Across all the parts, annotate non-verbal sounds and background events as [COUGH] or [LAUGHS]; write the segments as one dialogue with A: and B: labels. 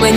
A: when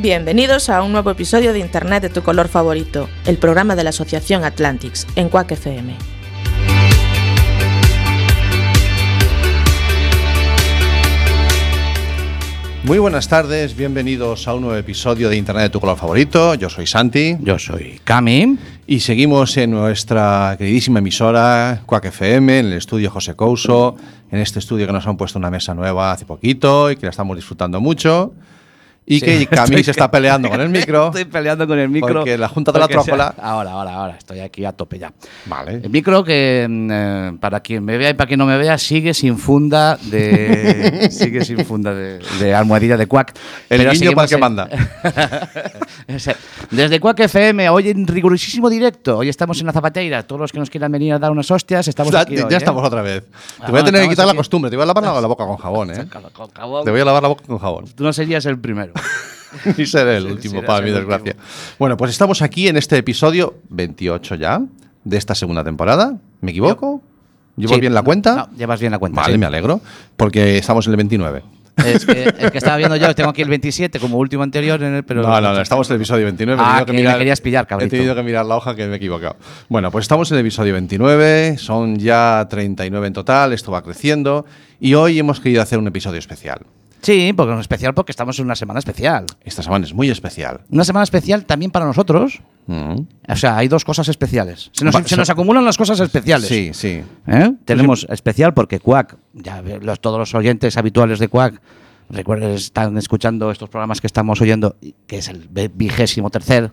B: Bienvenidos a un nuevo episodio de Internet de tu color favorito, el programa de la Asociación Atlantics en Quack FM.
C: Muy buenas tardes, bienvenidos a un nuevo episodio de Internet de tu color favorito. Yo soy Santi
D: Yo soy Cami.
C: y seguimos en nuestra queridísima emisora Quack FM, en el estudio José Couso, en este estudio que nos han puesto una mesa nueva hace poquito y que la estamos disfrutando mucho. Y
D: [LAUGHS]
C: que Camille se está peleando con el micro.
D: Estoy peleando con el micro.
C: Porque la Junta de la
D: Porque se-
C: Trócola- ¿Eh?
D: Ahora, ahora, ahora. Estoy aquí a tope ya. El
C: Vale.
D: micro que, mm, eh, para quien me vea y para quien no me vea, sigue sin funda
C: [LAUGHS]
D: de, sigue sin funda de, de almohadilla de cuac.
C: El
D: Pero
C: niño
D: seguimos
C: para el que
D: en- [LAUGHS]
C: manda.
D: Ese. Desde Cuac FM, hoy en rigurosísimo directo. Hoy estamos en la Zapateira. Todos los que nos quieran venir a dar unas hostias, estamos
C: Ya-
D: aquí hoy,
C: ya
D: ¿eh?
C: estamos otra vez.
D: Ah,
C: Te voy a tener que
D: estamos
C: quitar la
D: aquí.
C: costumbre. Te voy a lavar la, la boca con jabón, ¿eh?
D: Con jabón.
C: Te voy a lavar la boca con jabón.
D: Tú no serías el primero.
C: [LAUGHS] Y seré el último,
D: serás
C: para mi
D: el
C: desgracia. Bueno, pues estamos aquí en este episodio 28 ya, de esta segunda temporada. ¿Me equivoco? ¿Llevo
D: Sí.
C: bien la cuenta?
D: No, llevas bien la cuenta.
C: vale,
D: sí.
C: me alegro, porque estamos en el 29.
D: Es que, el que estaba viendo yo, tengo aquí el 27 como último anterior, en el- pero...
C: no, no, no, estamos en el episodio 29. he
D: Ah,
C: tenido
D: que me querías pillar, cabrito.
C: He tenido que mirar la hoja que me he equivocado. Bueno, pues estamos en el episodio 29, son ya 39 en total, esto va creciendo, y hoy hemos querido hacer un episodio especial.
D: Sí, porque es especial porque estamos en una semana especial.
C: Esta semana es muy especial.
D: Una semana especial también para nosotros.
C: Mm.
D: O sea, hay dos cosas especiales. Se nos,
C: Va,
D: se
C: so-
D: nos acumulan las cosas especiales.
C: Sí, sí.
D: ¿Eh? Tenemos especial porque Quack, ya ve- los, todos los oyentes habituales de Quack, recuerden, están escuchando estos programas que estamos oyendo, y- que es el ve- vigésimo tercer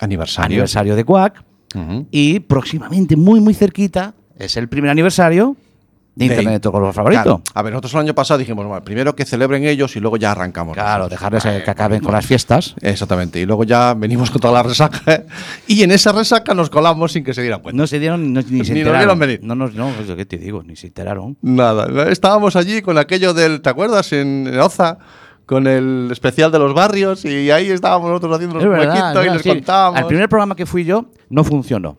C: Aniversario. Mm-hmm.
D: aniversario de Quack.
C: Ujú.
D: Y próximamente, muy, muy cerquita, es el primer aniversario de Internet de tu color favorito.
C: Claro. A ver, nosotros el año pasado dijimos, bueno, primero que celebren ellos y luego ya arrancamos.
D: Claro,
C: nosotros.
D: dejarles eh, que acaben con las fiestas.
C: Exactamente, y luego ya venimos con toda la resaca ¿eh? y en esa resaca nos colamos sin que se dieran cuenta.
D: No se dieron no- ni se
C: Ni lo
D: enteraron.
C: vieron venir.
D: No, no, no, es lo que te digo, ni se enteraron.
C: Nada, estábamos allí con aquello del, ¿te acuerdas? En, en Oza, con el especial de los barrios y ahí estábamos nosotros haciendo
D: Es
C: los
D: verdad,
C: huequitos y
D: verdad,
C: les
D: sí.
C: contábamos.
D: Al primer programa que fui yo no funcionó.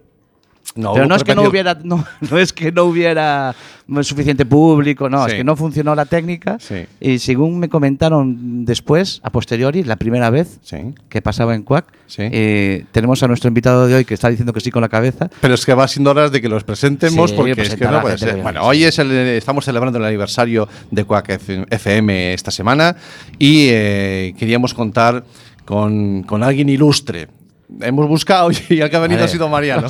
D: Pero
C: Ah, hubo
D: no es que no
C: repetido.
D: hubiera, no, [LAUGHS] no es que no hubiera suficiente público, no, es
C: Sí.
D: que no funcionó la técnica.
C: Sí.
D: Y según me comentaron después, a posteriori, la primera vez
C: Sí.
D: que pasaba en Cuac,
C: Sí.
D: eh, tenemos a nuestro invitado de hoy que está diciendo que sí con la cabeza. [LAUGHS]
C: Pero es que va siendo horas de que los presentemos
D: Sí,
C: porque es que
D: presentar a
C: no
D: la
C: puede
D: gente
C: ser.
D: que
C: Bueno,
D: viene,
C: hoy
D: sí.
C: es el, estamos celebrando el aniversario de Quack F- FM esta semana y eh, queríamos contar con, con alguien ilustre. Hemos buscado y el que ha venido
D: Vale.
C: ha sido
D: [LAUGHS]
C: Mariano.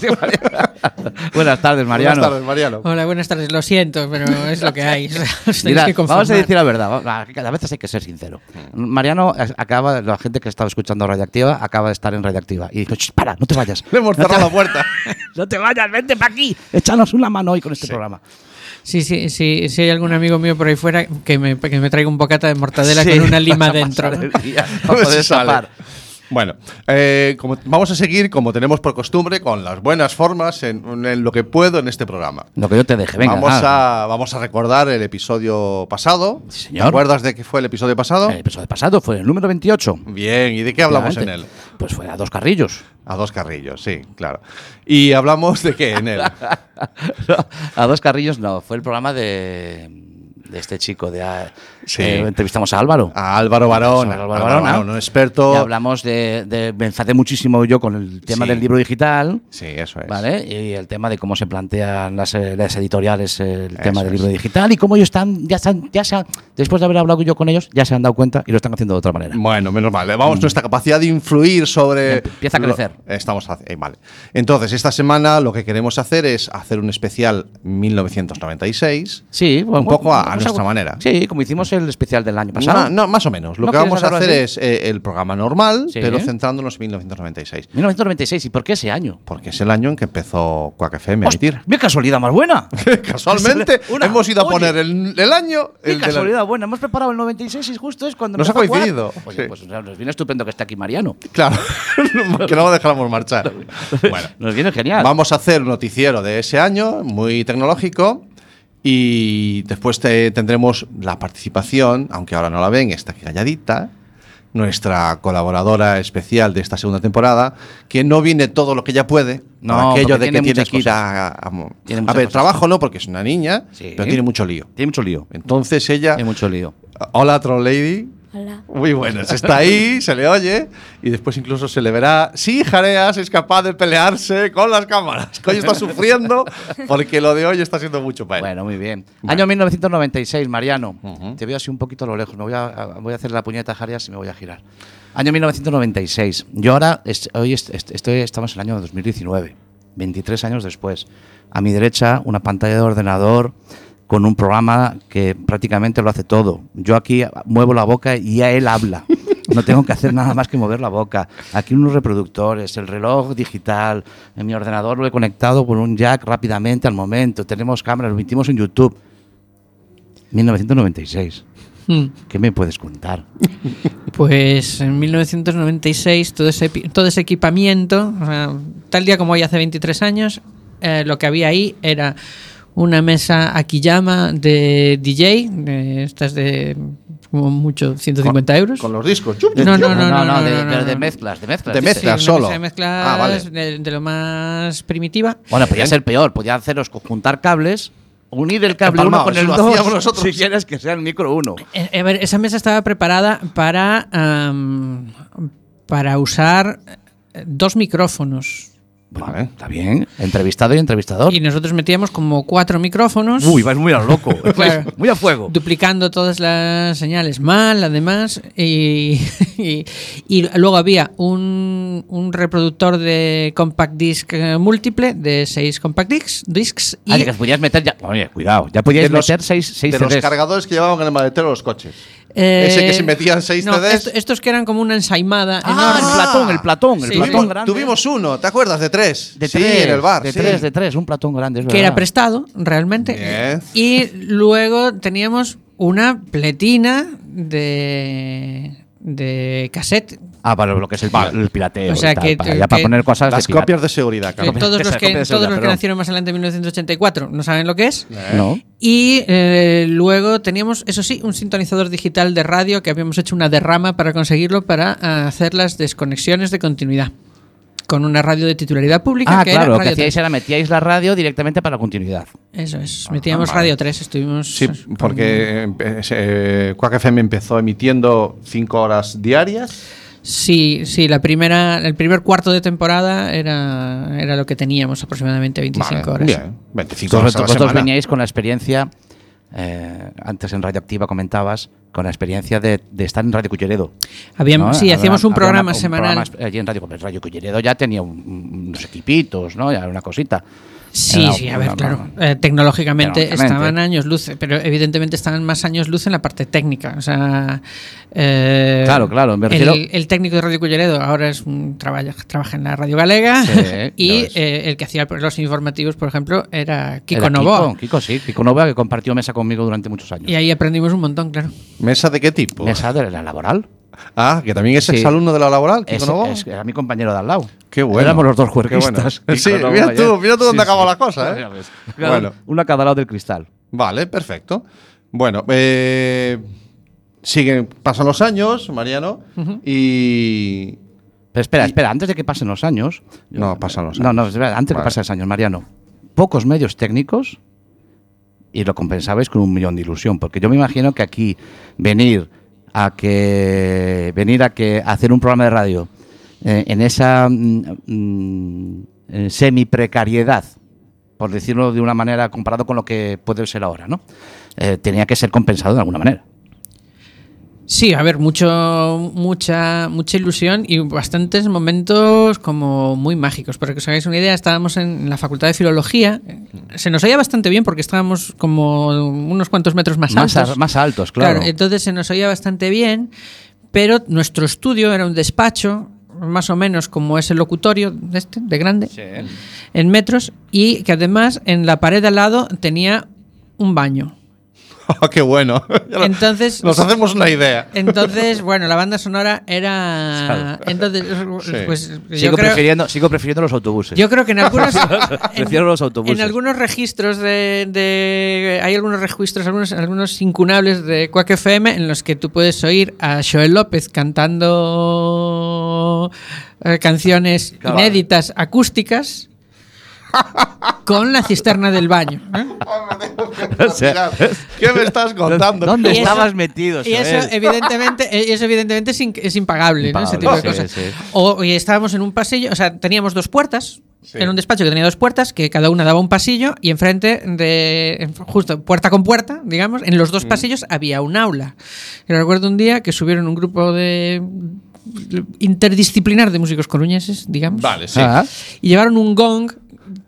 D: Buenas tardes, Mariano.
C: Buenas tardes, Mariano.
E: Hola, buenas tardes. Lo siento, pero es lo
D: [LAUGHS]
E: que hay. [LAUGHS] O sea, os tenéis
D: Mira, vamos
E: que
D: a
E: conformar.
D: decir la verdad, va- va- a veces hay que ser sincero. Mariano a- acaba, la gente que estaba escuchando Radioactiva acaba de estar en Radioactiva y dijo, "Shh, para, no te vayas.
C: Le hemos cerrado la puerta.
D: [LAUGHS] No te vayas, vente para aquí, échanos una mano hoy con este programa.
E: Sí, sí, sí. Si hay algún amigo mío por ahí fuera que me, que me traiga un bocata de mortadela
D: Sí, [LAUGHS]
E: con una lima
D: vas a
E: dentro.
D: pasar el
E: [LAUGHS]
D: día,
C: A
D: vas a
C: ver
D: poder
C: si sale.
D: escapar.
C: Bueno, eh, como- vamos a seguir, como tenemos por costumbre, con las buenas formas en- en lo que puedo en este programa.
D: Lo que yo te deje, venga.
C: vamos,
D: ah,
C: a, vamos a recordar el episodio pasado.
D: Sí,
C: ¿Te
D: señor. Eh,
C: acuerdas de qué fue el episodio pasado?
D: El episodio pasado fue el número 28.
C: Bien, ¿y de qué hablamos en él?
D: Pues fue a dos [LAUGHS] carrillos.
C: A dos carrillos, sí, claro. ¿Y hablamos de qué
D: [LAUGHS]
C: en él?
D: a dos carrillos no, fue el programa de, de este chico. de ah,
C: Sí.
D: eh, Entrevistamos a Álvaro.
C: A Álvaro Barón,
D: Álvaro Barona.
C: Barón, un experto.
D: Y hablamos de, de- Me enfadé muchísimo yo con el tema
C: Sí. Pues.
D: del libro digital.
C: Sí, eso es.
D: ¿Vale? Y el tema de cómo se plantean las, eh, las editoriales eh, el tema del
C: es.
D: libro digital y cómo ellos están, ya están, ya se han- después de haber hablado yo con ellos, ya se han dado cuenta y lo están haciendo de otra manera.
C: Bueno, menos mal. eh, Vamos, nuestra capacidad de influir sobre.
D: Mm. Em, Empieza a
C: lo-
D: crecer.
C: estamos. hace- eh, vale. Entonces, esta semana lo que queremos hacer es hacer un especial 1996.
D: Sí,
C: un poco a, a a nuestra
D: algo-
C: manera.
D: Sí, como hicimos el especial del año pasado.
C: Ma- no, más o menos. Lo
D: ¿No
C: que
D: quieres
C: vamos a
D: hacerlo
C: hacer es
D: así?
C: eh, el programa normal,
D: Sí.
C: pero centrándonos en 1996.
D: 1996, ¿y por qué ese año?
C: Porque es el año en que empezó Quack FM a
D: [LAUGHS]
C: emitir. [LAUGHS]
D: ¡Qué casualidad más buena!
C: Casualmente
D: Una-
C: hemos ido a
D: oye,
C: poner el, el año.
D: ¡Qué
C: el de la-
D: casualidad buena! Hemos preparado el 96 y justo es cuando
C: Nos ha
D: empezó a jugar.
C: coincidido.
D: Oye,
C: Sí.
D: pues o sea, nos viene estupendo que esté aquí Mariano.
C: Claro, [LAUGHS] que no lo dejáramos
D: [LAUGHS]
C: marchar. Bueno,
D: Nos viene genial.
C: vamos a hacer un noticiero de ese año, muy tecnológico. Y después te- tendremos la participación, aunque ahora no la ven, está aquí calladita, nuestra colaboradora especial de esta segunda temporada, que no viene todo lo que ella puede,
D: No,
C: para aquello
D: porque
C: de que
D: tiene
C: tiene
D: muchas
C: que ir a... A, a-
D: Tiene
C: a
D: muchas
C: ver,
D: cosas.
C: trabajo no, porque es una niña,
D: Sí.
C: pero tiene mucho lío.
D: Tiene mucho lío.
C: Entonces ella...
D: Tiene mucho lío.
C: Hola, Troll Lady.
A: Hola.
C: Muy buenas, está ahí, se le oye y después incluso se le verá si Jareas es capaz de pelearse con las cámaras. Coño está sufriendo porque lo de hoy está siendo mucho para él.
D: Bueno, muy bien. Año 1996, Mariano. Te veo así un poquito a lo lejos. Me voy a, a- voy a hacer la puñeta a Jarias y me voy a girar. Año 1996. Yo ahora, es- hoy es- est- estoy, estamos en el año 2019, 23 años después. A mi derecha, una pantalla de ordenador con un programa que prácticamente lo hace todo. Yo aquí muevo la boca y ya él [LAUGHS] habla. No tengo que hacer nada más que mover la boca. Aquí unos reproductores, el reloj digital, en mi ordenador lo he conectado por un jack rápidamente al momento. Tenemos cámaras, lo emitimos en YouTube. 1996.
E: Mm.
D: ¿Qué me puedes contar?
E: Pues en 1996 todo ese, epi- todo ese equipamiento, o sea, tal día como hoy hace 23 años, eh, lo que había ahí era una mesa Akiyama de DJ, eh, estas de como mucho 150 euros.
C: Con los discos. chup,
E: No, no, no, no, no,
D: de,
E: no,
D: pero
E: no.
D: de mezclas, de mezclas.
C: De
D: dices.
C: mezclas.
E: una
C: solo.
E: mesa de mezclas
C: Ah, vale.
E: de, de lo más primitiva.
D: Bueno, podía ser peor, podía haceros co- juntar cables, unir el cable uno
C: Empalmados,
D: con el
C: lo
D: dos,
C: hacíamos nosotros.
D: si quieres que sea el micro uno.
E: Eh, a ver, esa mesa estaba preparada para, am, para usar eh, dos micrófonos.
C: Vale.
D: Está bien, entrevistado y entrevistador.
E: Y nosotros metíamos como cuatro micrófonos.
D: Uy, vais muy a lo loco,
E: Claro.
D: muy a fuego.
E: Duplicando todas las señales mal, además. Y, [LAUGHS] y- y luego había un, un reproductor de compact disc eh, múltiple de seis compact discs. discs y
D: Ah, que podías meter ya. Oye, cuidado, ya podías
C: De los-
D: meter seis, seis
C: de los
D: CDs.
C: cargadores que llevaban en el maletero de los coches.
E: eh,
C: ese que se metían seis
E: no,
C: CDs.
E: esto- estos que eran como una ensaimada
D: Ah, el
E: enorme.
D: platón, el platón, el
E: Sí.
D: platón
C: Tuvimos,
D: grande.
C: tuvimos uno, ¿te acuerdas? De tres.
D: de
C: sí,
D: tres,
C: en el bar.
D: de
C: sí.
D: tres, de tres, un platón grande. es
E: que era
D: verdad.
E: prestado realmente.
C: Bien.
E: Y luego teníamos una pletina de, de cassette.
D: Ah, para lo que es el, pi- el pirateo.
E: O sea,
D: y tal,
E: que-
D: para, ya para
E: que-
D: poner cosas.
C: Las
D: de pirata.
C: copias de seguridad,
E: Que
C: claro.
E: todos los
D: Esa
E: que,
D: copia de
E: todos los
D: Seuda,
E: que
D: perdón.
E: nacieron más adelante en 1984 no saben lo que es.
D: No.
E: Y eh, luego teníamos, eso sí, un sintonizador digital de radio que habíamos hecho una derrama para conseguirlo para ah, hacer las desconexiones de continuidad con una radio de titularidad pública
D: Ah,
E: que
D: claro,
E: era
D: lo que
E: Radio
D: hacíais
E: 3.
D: era Ah, metíais la radio directamente para la continuidad.
E: Eso es, metíamos Radio 3, estuvimos
C: Sí, porque eh, eh, Quack FM empezó emitiendo cinco horas diarias.
E: Sí, sí, la primera, el primer cuarto de temporada era, era lo que teníamos aproximadamente 25
C: Vale,
E: horas.
C: Bien, 25 horas.
D: Vosotros,
C: a la
D: vosotros
C: semana.
D: veníais con la experiencia, eh, antes en Radioactiva comentabas, con la experiencia de, de estar en Radio Culleredo.
E: Habíamos-
D: ¿no?
E: sí,
D: Había-
E: hacíamos un
D: había
E: programa
D: una- un
E: semanal.
D: programa allí en Radio, Culleredo. Radio Culleredo ya tenía un- un- unos equipitos, ¿no? Ya era una cosita.
E: Sí,
D: Era
E: sí, a
D: un-
E: ver,
D: no,
E: claro.
D: no.
E: eh, tecnológicamente,
D: Tecnológicamente.
E: estaban años luz, pero evidentemente estaban más años luz en la parte técnica. O sea, eh,
D: Claro, claro, me refiero-
E: el, el técnico de Radio Culleredo ahora es un trabaja, trabaja en la Radio Galega [LAUGHS]
D: Sí, ya
E: y
D: ves.
E: eh, el que hacía los informativos, por ejemplo, era Kiko
D: Era
E: Novoa.
D: Kiko, Kiko, sí. Kiko Novoa que compartió mesa conmigo durante muchos años.
E: Y ahí aprendimos un montón, claro.
C: ¿Mesa de qué tipo?
D: Mesa de la laboral.
C: Ah, que también es
D: Sí.
C: exalumno de la laboral, Kiko
D: Ese-
C: Novoa.
D: es- era mi compañero de al lado.
C: Qué bueno.
D: Éramos los dos
C: Qué bueno.
D: juerguistas. Kiko
C: Sí,
D: Novoa
C: mira
D: y
C: tú,
D: él.
C: mira tú
D: Sí,
C: dónde
D: sí.
C: acabó la cosa,
D: Ya
C: ¿eh?
D: ves.
C: Bueno,
D: Una a cada lado del cristal.
C: vale, perfecto. Bueno, eh, siguen, pasan los años, Mariano, y [LAUGHS]
D: Pero espera, espera, antes de que pasen los años.
C: No, pasan los
D: No, no,
C: años.
D: espera, antes de que
C: Vale.
D: pasen los años, Mariano. Pocos medios técnicos y lo compensabais con un millón de ilusión. Porque yo me imagino que aquí venir a que. venir a que hacer un programa de radio eh, en esa mm, semi precariedad, por decirlo de una manera comparado con lo que puede ser ahora, ¿no? Eh, tenía que ser compensado de alguna manera.
E: Sí, a ver, mucho, mucha, mucha ilusión y bastantes momentos como muy mágicos. Para que os hagáis una idea, estábamos en la Facultad de Filología. Se nos oía bastante bien porque estábamos como unos cuantos metros más,
D: Más,
E: altos.
D: a- más altos, claro.
E: Entonces se nos oía bastante bien, pero nuestro estudio era un despacho, más o menos como es el locutorio de este, de grande, en metros, y que además en la pared de al lado tenía un baño.
C: oh, ¡Qué bueno! [LAUGHS] Ya lo-
E: Entonces-
C: Nos hacemos una
E: [LAUGHS]
C: idea.
E: Entonces, bueno, la banda sonora era. Entonces, pues yo
D: sigo,
E: creo,
D: prefiriendo, sigo prefiriendo los autobuses.
E: yo creo que en
D: [LAUGHS]
E: algunos.
D: Prefiero los autobuses.
E: En algunos registros de, de- Hay algunos registros, algunos, algunos incunables de Quack FM en los que tú puedes oír a Joel López cantando eh, canciones
D: Claro.
E: inéditas, acústicas. Con la cisterna del baño. ¿eh?
D: O sea,
C: ¿Qué me estás contando?
D: ¿Dónde
E: Y eso-
D: estabas metido?
E: Y eso,
D: Joel? [LAUGHS]
E: evidentemente, eh, eso evidentemente es, in- es impagable, ¿no? Ese tipo de
D: Impagable,
E: cosas.
D: sí, sí.
E: O y estábamos en un pasillo, o sea, teníamos dos puertas.
C: Sí.
E: En un despacho que tenía dos puertas, que cada una daba un pasillo, y enfrente de. en- justo puerta con puerta, digamos, en los
D: Mm.
E: dos pasillos había un aula. Yo recuerdo un día que subieron un grupo de. interdisciplinar de músicos coruñeses, digamos.
C: Vale, sí.
D: Ah,
E: Y llevaron un gong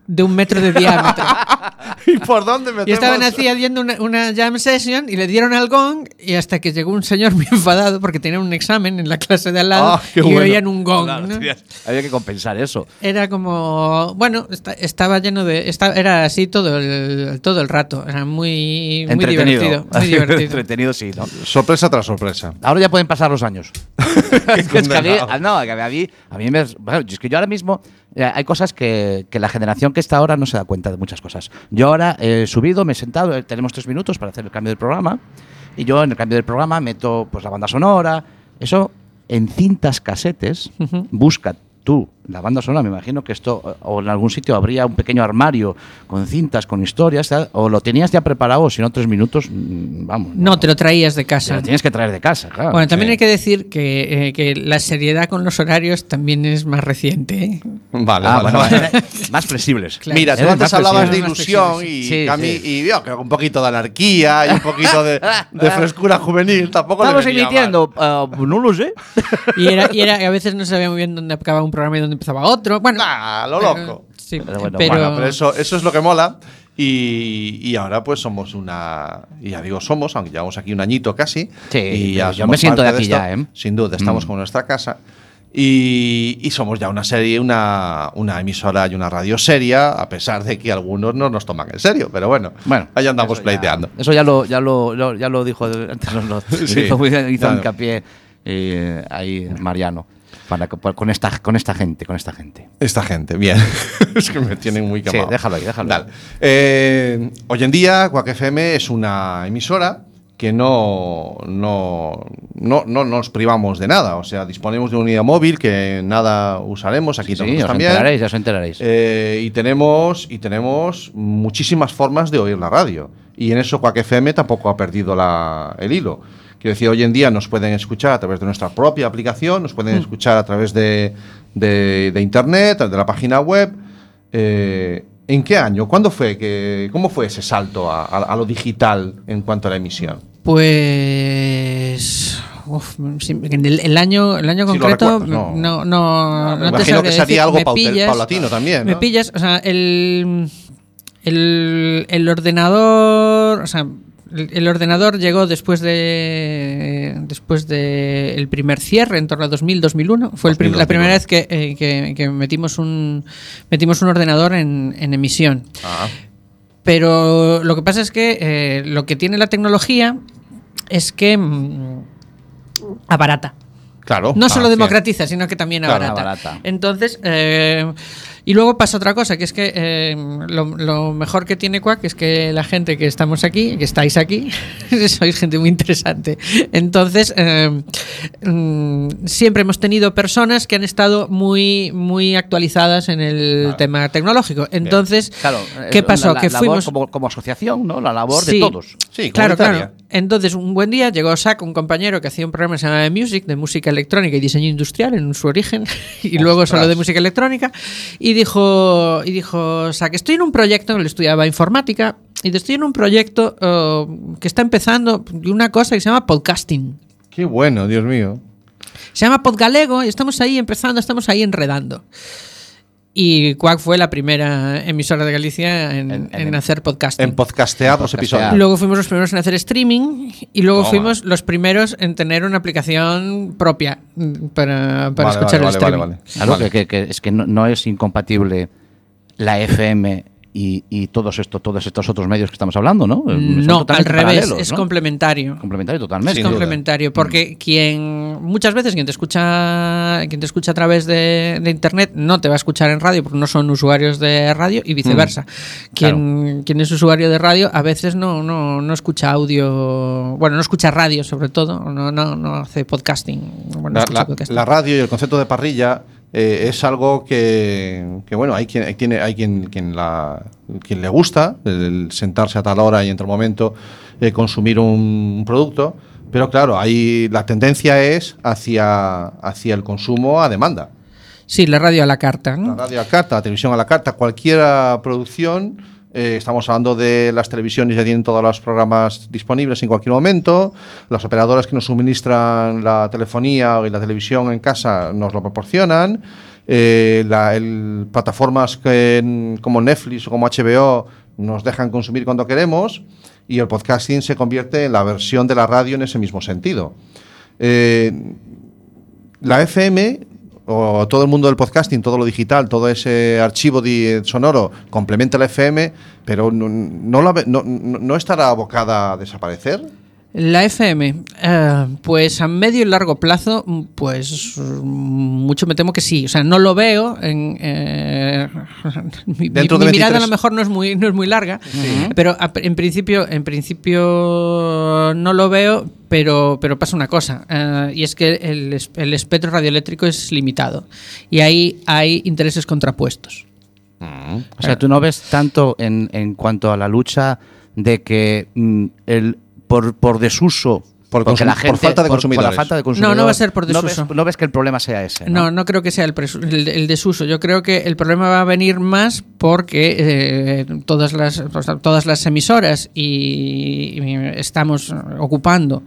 E: de un metro de diámetro.
C: [LAUGHS]
D: [LAUGHS]
C: ¿Y por dónde metemos?
E: Y estaban así haciendo una, una jam session y le dieron al gong y hasta que llegó un señor [LAUGHS] muy enfadado porque tenía un examen en la clase de al lado
C: Ah, qué
E: y
C: bueno.
E: oían un gong. ¿no?
D: Había que compensar eso.
E: Era como, bueno, esta- estaba lleno de, esta- era así todo el, todo el rato, era muy, muy
D: entretenido.
E: divertido,
C: [LAUGHS]
D: [LAUGHS]
E: muy divertido.
D: entretenido, sí, ¿no?
C: Sorpresa tras sorpresa.
D: Ahora ya pueden pasar los
E: [LAUGHS]
D: años. es que a mí,
C: condenado.
D: ah, no, que a mí, a mí me, bueno, es que yo ahora mismo eh, hay cosas que, que la generación que está ahora no se da cuenta de muchas cosas. Yo ahora he subido, me he sentado, eh, tenemos tres minutos para hacer el cambio del programa y yo en el cambio del programa meto pues la banda sonora, eso en cintas casetes,
E: Ujú.
D: busca tú la banda sonora, me imagino que esto o en algún sitio habría un pequeño armario con cintas, con historias, tal, o lo tenías ya preparado, o si no tres minutos, mm, vamos.
E: No, te lo traías de
D: Te
E: casa.
D: lo tienes que traer de casa, claro.
E: Bueno, también
D: Sí.
E: hay que decir que, eh, que la seriedad con los horarios también es más reciente. ¿eh?
C: Vale,
D: Ah,
C: vale,
D: bueno,
C: vale.
D: era- más flexibles.
E: Claro.
C: Mira, tú
D: Eran
C: antes
D: más
C: hablabas de
E: flexibles.
C: ilusión
E: Sí,
C: y,
D: sí.
C: a mí- y yo creo que un poquito de anarquía y un poquito
D: [LAUGHS]
C: de, de fleschura juvenil tampoco le
D: Estamos
C: venía
D: emitiendo, ah, no lo [LAUGHS] sé.
E: Y era, y era- a veces no sabía muy bien dónde acababa un programa y dónde empezaba otro. Bueno,
C: mal. Nah, lo
E: pero-
C: Ah, loco.
E: sí,
D: Pero bueno,
E: pero-
C: Bueno, pero eso, eso es lo que mola. Y, y ahora pues somos una... Y ya digo somos, aunque llevamos aquí un añito casi.
D: Sí,
C: y ya
D: pero yo
C: somos
D: me siento
C: parte
D: de aquí
C: esto.
D: ya, ¿eh?
C: Sin duda, estamos con nuestra casa. Y, y somos ya una serie, una, una emisora y una radio seria, a pesar de que algunos no nos toman en serio. Pero bueno,
D: Bueno,
C: ahí andamos
D: eso ya-
C: pleiteando.
D: Eso ya lo, ya lo, lo- ya lo dijo antes, lo- [LAUGHS] lo-
C: Sí,
D: hizo, muy bien, hizo
C: claro.
D: hincapié eh, ahí Mariano para, que- con, esta, con esta gente, con esta gente.
C: Esta gente, bien. [LAUGHS] es que me tienen muy
D: Sí,
C: quemado.
D: déjalo ahí, déjalo.
C: Dale. Eh, hoy en día, Quack FM es una emisora que no, no, no, no nos privamos de nada. O sea, disponemos de una unidad móvil que nada usaremos aquí
D: Sí,
C: nosotros
D: os
C: también.
D: enteraréis, ya os enteraréis.
C: Eh, y, tenemos, y tenemos muchísimas formas de oír la radio. Y en eso Quack FM tampoco ha perdido la- el hilo. Quiero decir, hoy en día nos pueden escuchar a través de nuestra propia aplicación, nos
E: Hmm.
C: pueden escuchar a través de, de- de internet, de la página web. Eh, ¿En qué año? ¿Cuándo fue? Que, ¿Cómo fue ese salto a, a- a lo digital en cuanto a la emisión?
E: Pues. uf, sí, en el, el año, el año
C: Si lo
E: concreto
C: recuerdas,
E: no,
C: no.
E: no,
C: me
E: no te
C: imagino
E: sabría
C: que sería
E: decir.
C: algo
E: Me
C: paute-
E: pillas-
C: paulatino también.
E: Me
C: ¿no?
E: pillas, o sea, el, el, el ordenador, o sea, el, el ordenador llegó después de después de el primer cierre en torno a 2000 2001 fue el prim-
C: 2000,
E: la primera
C: 2001.
E: vez que, eh, que- que metimos un metimos un ordenador en, en emisión
C: Ah,
E: pero lo que pasa es que eh, lo que tiene la tecnología es que mm, abarata.
C: claro.
E: No solo
C: Ah,
E: democratiza, sino que también
C: Claro,
E: abarata.
D: abarata.
E: Entonces, eh, y luego pasa otra cosa, que es que eh, lo, lo mejor que tiene Quack es que la gente que estamos aquí, que estáis aquí, [LAUGHS] sois gente muy interesante. Entonces, eh, mm, siempre hemos tenido personas que han estado muy, muy actualizadas en el tema tecnológico. Entonces,
D: Claro,
E: ¿qué
D: es
E: pasó?
D: la- la
E: que
D: labor
E: fuimos...
D: como, como asociación, ¿no? La labor
E: Sí.
D: de todos.
C: Sí,
E: claro, claro.
C: comunitaria.
E: Entonces, un buen día llegó Sack, un compañero que hacía un programa que se llamaba The Music, de música electrónica y diseño industrial en su origen, [LAUGHS] y luego
C: Ostras.
E: solo de música electrónica, y dijo, y dijo Sack, estoy en un proyecto, él estudiaba informática, y dice, estoy en un proyecto eh, que está empezando de una cosa que se llama podcasting.
C: Qué bueno, Dios mío.
E: Se llama Podgalego y estamos ahí empezando, estamos ahí enredando. Y Quack fue la primera emisora de Galicia en,
D: En- en-
E: en hacer podcasting.
C: En podcastear los
D: podcastear.
C: episodios.
E: Luego fuimos los primeros en hacer streaming y luego
C: Toma.
E: fuimos los primeros en tener una aplicación propia mm, para,
C: Vale,
E: para
C: vale,
E: escuchar el
C: vale,
E: streaming.
C: vale, vale.
D: Claro,
C: Vale.
D: que, que- que es que no, no es incompatible la FM y, y todos, esto, todos estos otros medios que estamos hablando, ¿no? Son
E: No, al
D: totalmente
E: revés,
D: paralelos,
E: es
D: ¿no?
E: complementario.
D: complementario totalmente.
E: Es
C: Sin duda. Mm.
E: complementario, porque quien muchas veces quien te escucha quien te escucha a través de, de internet no te va a escuchar en radio porque no son usuarios de radio y viceversa.
C: Mm,
E: Quien, quien es usuario de radio a veces no, no, no escucha audio, bueno, no escucha radio sobre todo, no, no, no hace podcasting. Bueno, no
C: La,
E: escucha
C: la-
E: podcasting.
C: la radio y el concepto de parrilla eh, es algo que, que, bueno, hay quien, hay tiene, hay quien, quien, la, quien le gusta, el, el sentarse a tal hora y en tal momento eh, consumir un producto, pero claro, ahí la tendencia es hacia, hacia el consumo a demanda.
E: Sí, la radio a la carta. ¿no?
C: La radio a la carta, la televisión a la carta, cualquier ah, producción. eh, estamos hablando de las televisiones que tienen todos los programas disponibles en cualquier momento. Las operadoras que nos suministran la telefonía y la televisión en casa nos lo proporcionan. eh, la- el- plataformas que en- como Netflix o como HBO nos dejan consumir cuando queremos. Y el podcasting se convierte en la versión de la radio en ese mismo sentido. Eh, la FM o todo el mundo del podcasting, todo lo digital, todo ese archivo di- sonoro complementa la FM, pero no, no, la ve- no- no- no estará abocada a desaparecer.
E: La FM, eh, pues a medio y largo plazo, mm, pues mm, mucho me temo que sí. O sea, no lo veo. En, eh, [LAUGHS] mi mi-
C: Dentro de
E: mi mirada a
C: 23.
E: lo mejor no es muy, no es muy larga, pero a- en principio, en principio no lo veo. Pero, pero pasa una cosa, eh, y es que el, es- el espectro radioeléctrico es limitado y ahí hay intereses contrapuestos.
D: O sea, tú no ves tanto en, en cuanto a la lucha de que mm, el, por, por desuso.
C: Por
D: porque
C: consum- por falta de consumidores.
D: la falta de
C: No,
D: consumidores.
E: no va a ser por
D: no
E: desuso.
D: ves- No ves que el problema sea ese.
E: No, no creo que sea el, presu- el- el desuso. Yo creo que el problema va a venir más porque eh, todas, las, o sea, todas las emisoras y, y estamos ocupando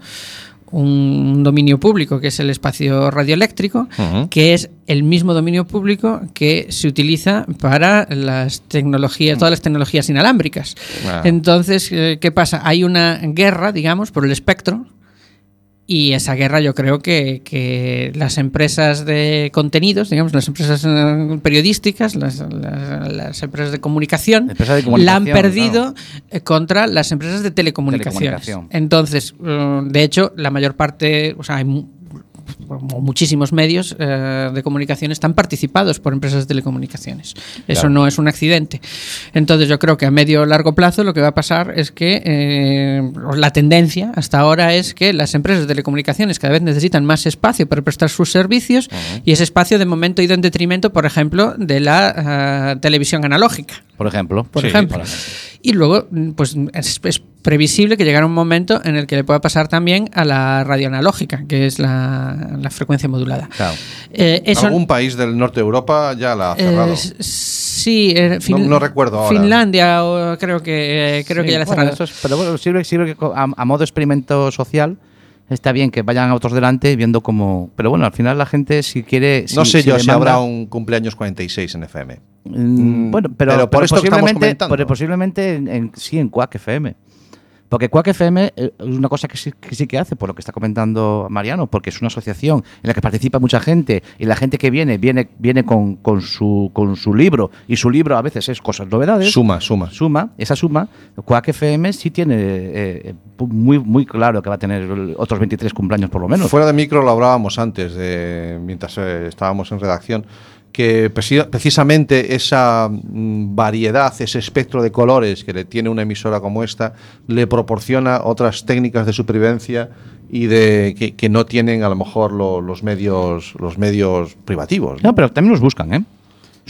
E: un dominio público que es el espacio radioeléctrico, que es el mismo dominio público que se utiliza para las tecnologías, todas las tecnologías inalámbricas.
C: Ah.
E: Entonces, eh, ¿qué pasa? Hay una guerra, digamos, por el espectro, y esa guerra yo creo que, que las empresas de contenidos, digamos, las empresas eh, periodísticas, las, las- las empresas de comunicación,
D: Empresas de
E: la han
D: comunicación,
E: perdido eh, contra las empresas de telecomunicaciones.
D: Telecomunicación.
E: Entonces, eh, de hecho, la mayor parte, o sea, hay mu- como muchísimos medios eh, de comunicación están participados por empresas de telecomunicaciones. Eso no es un accidente. Entonces yo creo que a medio o largo plazo lo que va a pasar es que eh, la tendencia hasta ahora es que las empresas de telecomunicaciones cada vez necesitan más espacio para prestar sus servicios y ese espacio de momento ha ido en detrimento, por ejemplo, de la ah, televisión analógica
D: Por ejemplo.
E: por ejemplo. Y luego, mm, pues mm, es, es previsible que llegara un momento en el que le pueda pasar también a la radio analógica, que es la, la frecuencia modulada.
D: Claro.
E: Eh, eso-
C: Algún país del norte de Europa ya la ha
E: eh,
C: cerrado.
E: s- sí, eh, Fin-
C: no recuerdo ahora.
E: Finlandia, o creo que eh, creo que
D: Sí,
E: ya la ha
D: bueno,
E: cerrado.
D: eso es- pero bueno, sirve, sirve que co- a, a modo experimento social está bien que vayan a otros delante viendo cómo. Pero bueno, al final la gente, si quiere.
C: no
D: si-
C: sé
D: si
C: yo si
D: demanda-
C: habrá un cumpleaños 46 en FM.
D: Mm,
C: Mm,
D: Bueno, pero,
C: pero por
D: pero
C: esto que estamos
D: posiblemente,
C: comentando.
D: pero posiblemente en- en- sí en Quack FM. Porque Quack FM eh, es una cosa que sí, que sí que hace, por lo que está comentando Mariano, porque es una asociación en la que participa mucha gente y la gente que viene, viene, viene con, con, su, con su libro y su libro a veces es cosas novedades.
C: Suma, suma.
D: Suma, esa suma, Quack FM sí tiene eh, eh, muy, muy claro que va a tener el- otros 23 cumpleaños por lo menos.
C: Fuera de micro lo hablábamos antes, de, mientras eh, estábamos en redacción, que presi- precisamente esa mm, variedad, ese espectro de colores que le tiene una emisora como esta, le proporciona otras técnicas de supervivencia y de que, que no tienen a lo mejor lo- los medios los medios privativos. ¿no?
D: No, pero también los buscan, ¿eh?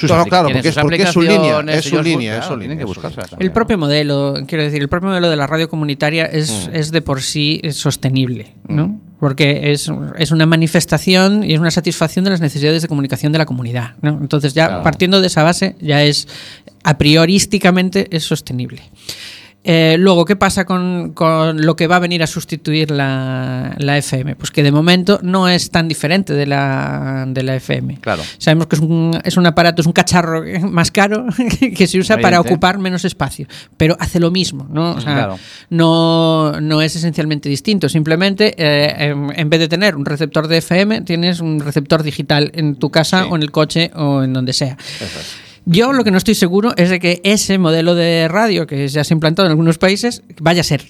C: No, no,
D: apli-
C: claro,
D: tienen
C: porque es-
D: sus
C: porque es su línea,
D: aplicaciones,
C: es su
D: ellos
C: línea,
D: buscan,
C: es su
D: claro,
C: línea,
D: tienen que
C: es su
D: buscarse.
E: El propio modelo, quiero decir, el propio modelo de la radio comunitaria es, es de por sí eh, sostenible, ¿no?
D: Mm.
E: Porque es, es una manifestación y es una satisfacción de las necesidades de comunicación de la comunidad, ¿no? Entonces ya partiendo de esa base ya es a priorísticamente es sostenible. Eh, luego, ¿qué pasa con, con, lo que va a venir a sustituir la, la, FM? Pues que de momento no es tan diferente de la, de la FM.
D: Claro.
E: Sabemos que es un, es un aparato, es un cacharro [LAUGHS] más caro que se usa para ocupar menos espacio, pero hace lo mismo, ¿no? O sea, claro. no, no es esencialmente distinto, simplemente eh, en, en, vez de tener un receptor de FM, tienes un receptor digital en tu casa sí. o en el coche o en donde sea. Eso es. Yo lo que no estoy seguro es de que ese modelo de radio que ya se ha implantado en algunos países vaya a ser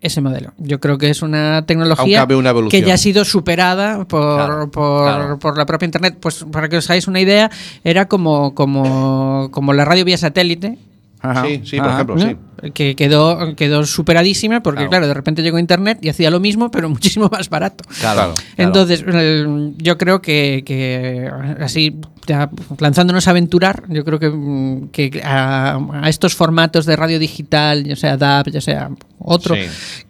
E: ese modelo. Yo creo que es una tecnología
C: una
E: que ya ha sido superada por, claro, por, claro. por, la propia Internet. Pues para que os hagáis una idea, era como, como, como la radio vía satélite.
C: Ajá, sí, sí, por ajá, ejemplo, ¿no?
E: sí. Que quedó, quedó superadísima porque, claro. claro. de repente llegó Internet y hacía lo mismo, pero [LAUGHS] muchísimo más barato.
D: Claro.
E: Entonces, eh, yo creo que, que así ya, lanzándonos a aventurar, yo creo que, que a, a, estos formatos de radio digital, ya sea DAB, ya sea otro, sí.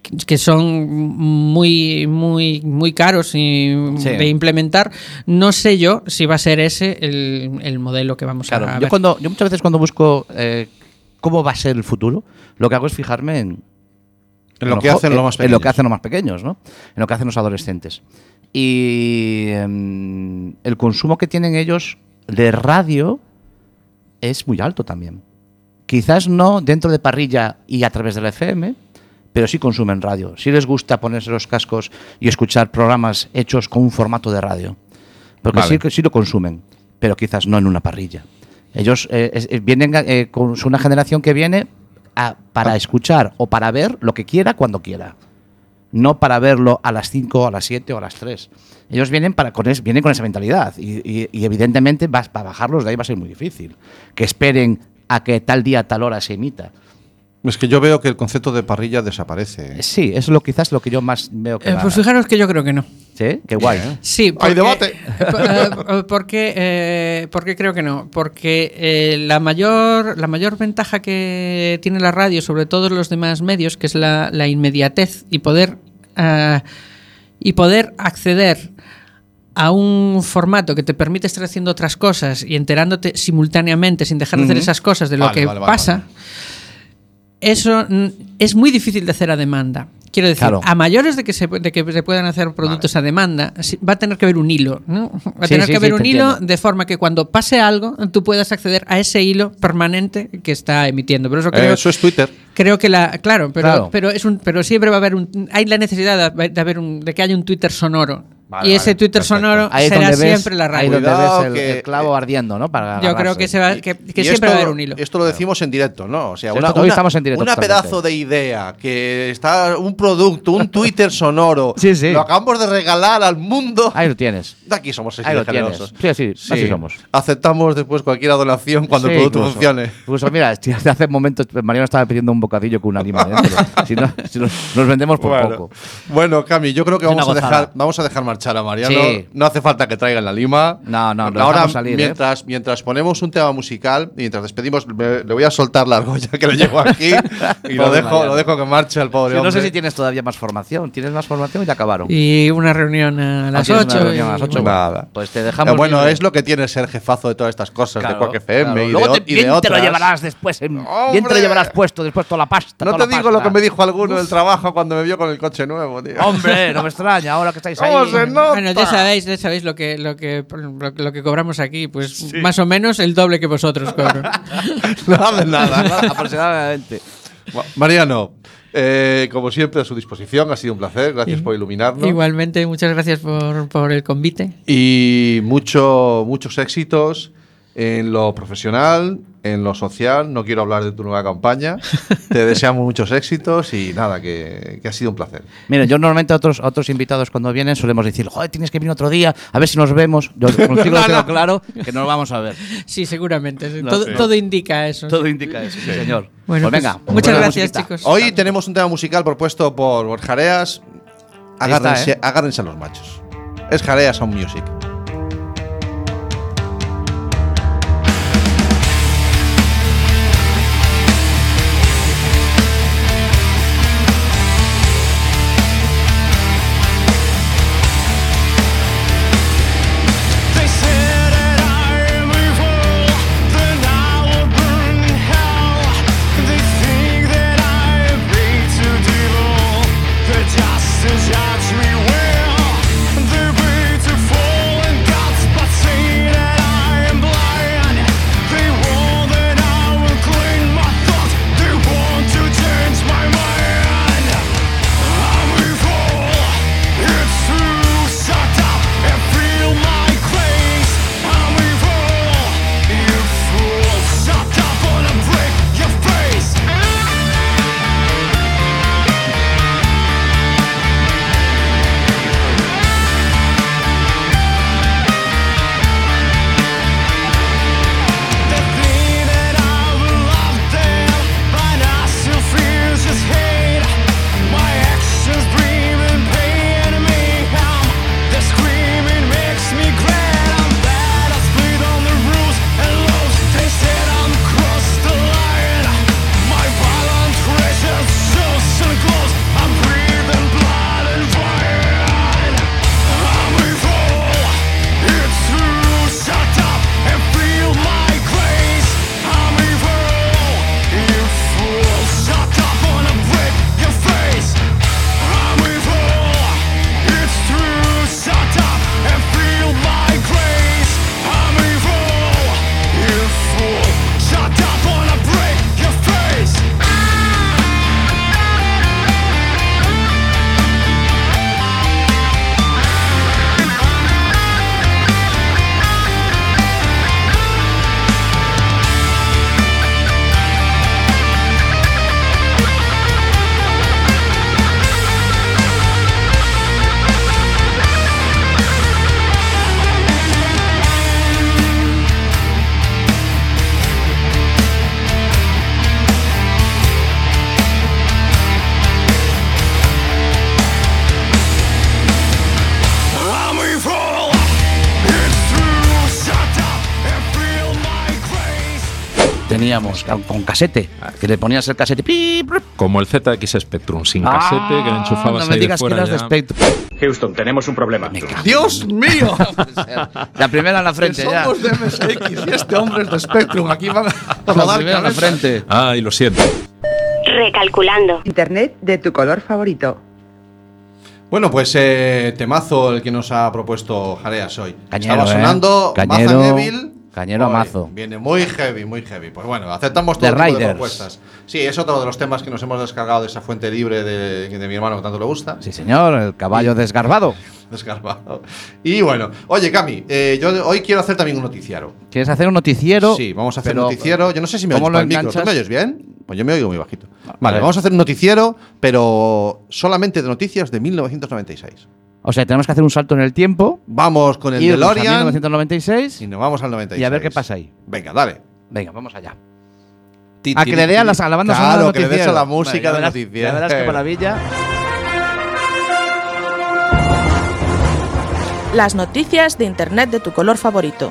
E: que, que, son muy, muy, muy caros y sí. de implementar, no sé yo si va a ser ese el, el modelo que vamos
D: claro.
E: a
D: yo
E: ver.
D: Cuando, yo muchas veces cuando busco eh, cómo va a ser el futuro, lo que hago es fijarme en,
C: en lo, que hacen los más
D: pequeños. En lo que hacen los más pequeños, ¿no? En lo que hacen los adolescentes. Y eh, el consumo que tienen ellos de radio es muy alto también. Quizás no dentro de parrilla y a través de la FM, pero sí consumen radio. Sí les gusta ponerse los cascos y escuchar programas hechos con un formato de radio. Porque vale. sí, sí, lo consumen, pero quizás no en una parrilla. Ellos eh, es, vienen eh, con una generación que viene a, para ah. escuchar o para ver lo que quiera cuando quiera. No para verlo a las 5, a las 7 o a las 3. Ellos vienen, para, con es, vienen con esa mentalidad y, y, y evidentemente vas, para bajarlos de ahí va a ser muy difícil. Que esperen a que tal día, tal hora se emita.
C: Es que yo veo que el concepto de parrilla desaparece.
D: Eh, Sí, eso es lo, quizás lo que yo más veo que.
E: Eh, pues fijaros que yo creo que no.
D: ¿Sí? Qué guay. ¿eh?
E: Sí, eh,
C: porque, ¡Hay debate!
E: porque, eh, porque creo que no. Porque eh, la, mayor, la mayor ventaja que tiene la radio sobre todos los demás medios, que es la, la inmediatez y poder, uh, y poder acceder a un formato que te permite estar haciendo otras cosas y enterándote simultáneamente sin dejar de hacer uh -huh. esas cosas de lo
C: vale,
E: que
C: vale,
E: pasa.
C: Vale,
E: eso es muy difícil de hacer a demanda. Quiero decir,
D: claro.
E: a mayores de que, se, de que se puedan hacer productos vale. a demanda, va a tener que haber un hilo, ¿no? [LAUGHS] Va a
D: sí,
E: tener
D: sí,
E: que haber
D: sí,
E: un
D: te
E: hilo
D: entiendo.
E: de forma que cuando pase algo, tú puedas acceder a ese hilo permanente que está emitiendo. Pero eso, creo,
C: Eh, eso es Twitter.
E: Creo que la. Claro, pero,
D: Claro.
E: pero es un. Pero siempre va a haber un. Hay la necesidad de, de haber un, de que haya un Twitter sonoro.
C: Vale,
E: y ese
C: vale,
E: Twitter
C: perfecto.
E: sonoro
D: Ahí es
E: será
D: donde ves-
E: siempre la
D: Ahí
E: radio.
D: donde
C: Cuidado
D: ves el,
C: que- eh,
D: el clavo ardiendo, ¿no? Para
E: Yo creo
D: agarrarse.
E: que, se va, que, que
C: Y
E: siempre
C: esto-
E: va a haber un hilo.
C: Esto lo decimos en directo, ¿no? O sea,
D: Sí,
C: una,
D: esto hoy
C: una-
D: estamos en directo
C: una
D: totalmente.
C: pedazo de idea que está un producto, un Twitter sonoro.
D: [LAUGHS] Sí, sí.
C: Lo acabamos de regalar al mundo.
D: Ahí lo tienes.
C: De aquí somos así
D: Ahí
C: de
D: lo tienes.
C: generosos.
D: Sí, así, así somos.
C: Aceptamos después cualquier donación cuando el
D: Sí,
C: producto
D: incluso.
C: funcione.
D: Incluso, mira, hostia, hace momentos Mariano estaba pidiendo un bocadillo con una lima dentro.
C: [LAUGHS]
D: si no, si no, nos vendemos por
C: bueno.
D: [LAUGHS] poco.
C: Bueno, Cami, yo creo que
D: Es una
C: vamos a,
D: gozada.
C: dejar, vamos a dejar marchar a Mariano.
D: Sí.
C: No hace falta que traigan la lima.
D: No, no, lo
C: Ahora,
D: dejamos salir, ¿eh?
C: mientras, mientras ponemos un tema musical, y mientras despedimos, me- le voy a soltar la argolla que le llevo
D: [LAUGHS]
C: aquí y lo,
D: Pobre
C: dejo,
D: Mariano.
C: lo dejo que marche al pobre
D: Sí, no
C: hombre.
D: sé si tienes todavía más formación. ¿Tienes más formación y ya acabaron?
E: Y una reunión a las
D: tienes una
E: 8.
D: reunión a las ocho.
C: Nada.
D: Pues te dejamos
C: Eh, bueno,
D: libre.
C: es lo que tiene ser jefazo de todas estas cosas,
D: Claro,
C: de Quack FM
D: claro.
C: y,
D: Luego
C: de,
D: te,
C: o- y de
D: bien te lo
C: otras.
D: llevarás después. en- bien te lo
C: ¡Hombre!
D: llevarás puesto después toda la pasta.
C: No
D: toda
C: te
D: la
C: digo lo que
D: pasta.
C: me dijo alguno del trabajo cuando me vio con el coche nuevo, tío.
D: [LAUGHS] Hombre, no me extraña, ahora que estáis ahí.
C: ¿Cómo se nota?
E: Bueno,
C: [LAUGHS]
E: ya sabéis, ya sabéis lo que lo que lo, lo que cobramos aquí, pues
C: Sí.
E: más o menos el doble que
D: [LAUGHS]
E: vosotros cobro.
C: Nada, de nada.
D: Aproximadamente.
C: Bueno, Mariano, eh, como siempre, a su disposición. Ha sido un placer. Gracias por iluminarnos.
E: Igualmente, muchas gracias por, por el convite.
C: Y mucho, muchos éxitos en lo profesional, en lo social. No quiero hablar de tu nueva
D: [LAUGHS]
C: campaña. Te deseamos muchos éxitos y nada, que, que ha sido un placer.
D: Mira, yo normalmente a otros, a otros invitados cuando vienen solemos decir, joder, tienes que venir otro día, a ver si nos vemos. Yo contigo lo tengo claro que nos vamos a ver.
E: Sí, seguramente.
D: Lo
E: todo,
D: sé.
E: todo indica eso.
D: Todo indica eso, sí, señor.
E: Bueno,
D: pues
E: pues,
D: venga.
E: muchas
D: buena
E: gracias,
D: musiquita.
E: chicos.
C: Hoy tenemos un tema musical propuesto por, por Jareas.
D: Ahí está,
C: Agárrense,
D: ¿eh?
C: agárrense a los machos. Es Jareas on Music.
F: They said that I am evil, that I will burn hell. They think that
D: teníamos, con- con casete, que le ponías el casete. pi, pru,
G: Como el ZX Spectrum, sin casete, que le
D: ah,
G: enchufabas
D: No me
G: ahí
D: digas
G: de fuera.
D: que eras de
G: ya.
D: Spectrum.
H: Houston, tenemos un problema.
C: ¡Dios mío!
D: [LAUGHS] La primera en la frente ya.
C: Somos de MSX y este hombre es de Spectrum. Aquí van a
D: La
C: rodar
D: primera en la
C: cabezas.
D: frente.
G: Ay, lo siento.
I: Recalculando.
J: Internet de tu color favorito.
C: Bueno, pues eh, temazo el que nos ha propuesto Jareas hoy.
D: Cañero,
C: Estaba
D: ¿eh?
C: sonando
D: Cañero-
C: Mazan Evil.
D: cañero a
C: Oye,
D: mazo.
C: Viene muy heavy, muy heavy. Pues bueno, aceptamos todo
D: The
C: tipo de
D: Riders.
C: propuestas. Sí, es otro de los temas que nos hemos descargado de esa fuente libre de, de mi hermano que tanto le gusta.
D: Sí, señor, el caballo desgarbado.
C: [LAUGHS] Descargado. Y bueno, oye, Cami, eh, yo hoy quiero hacer también un noticiaro.
D: ¿Quieres hacer un noticiero?
C: sí, vamos a hacer un
D: pero-
C: noticiero. Yo no sé si me
D: ¿cómo
C: oyes
D: lo
C: para el micro. ¿Tú
D: enganchas?
C: me oyes bien? Pues yo me oigo muy bajito.
D: a
C: Vale,
D: ver.
C: vamos a hacer un noticiero, pero solamente de noticias de 1996.
D: O sea, tenemos que hacer un salto en el tiempo.
C: Vamos con el
D: irnos a
C: DeLorean
D: 1996.
C: y nos vamos al 96.
D: Y a ver qué pasa ahí.
C: Venga, dale.
D: Venga, vamos allá.
C: Ti,
D: A
C: ti,
D: que le
C: ti,
D: dé a
C: ti.
D: la, a la banda
C: claro,
D: sonora del
C: que le des a
D: noticiero.
C: la
D: Bueno, ya
C: música del
D: verás-
C: noticiero.
D: Ya verás qué maravilla.
B: Las noticias de Internet de tu color favorito.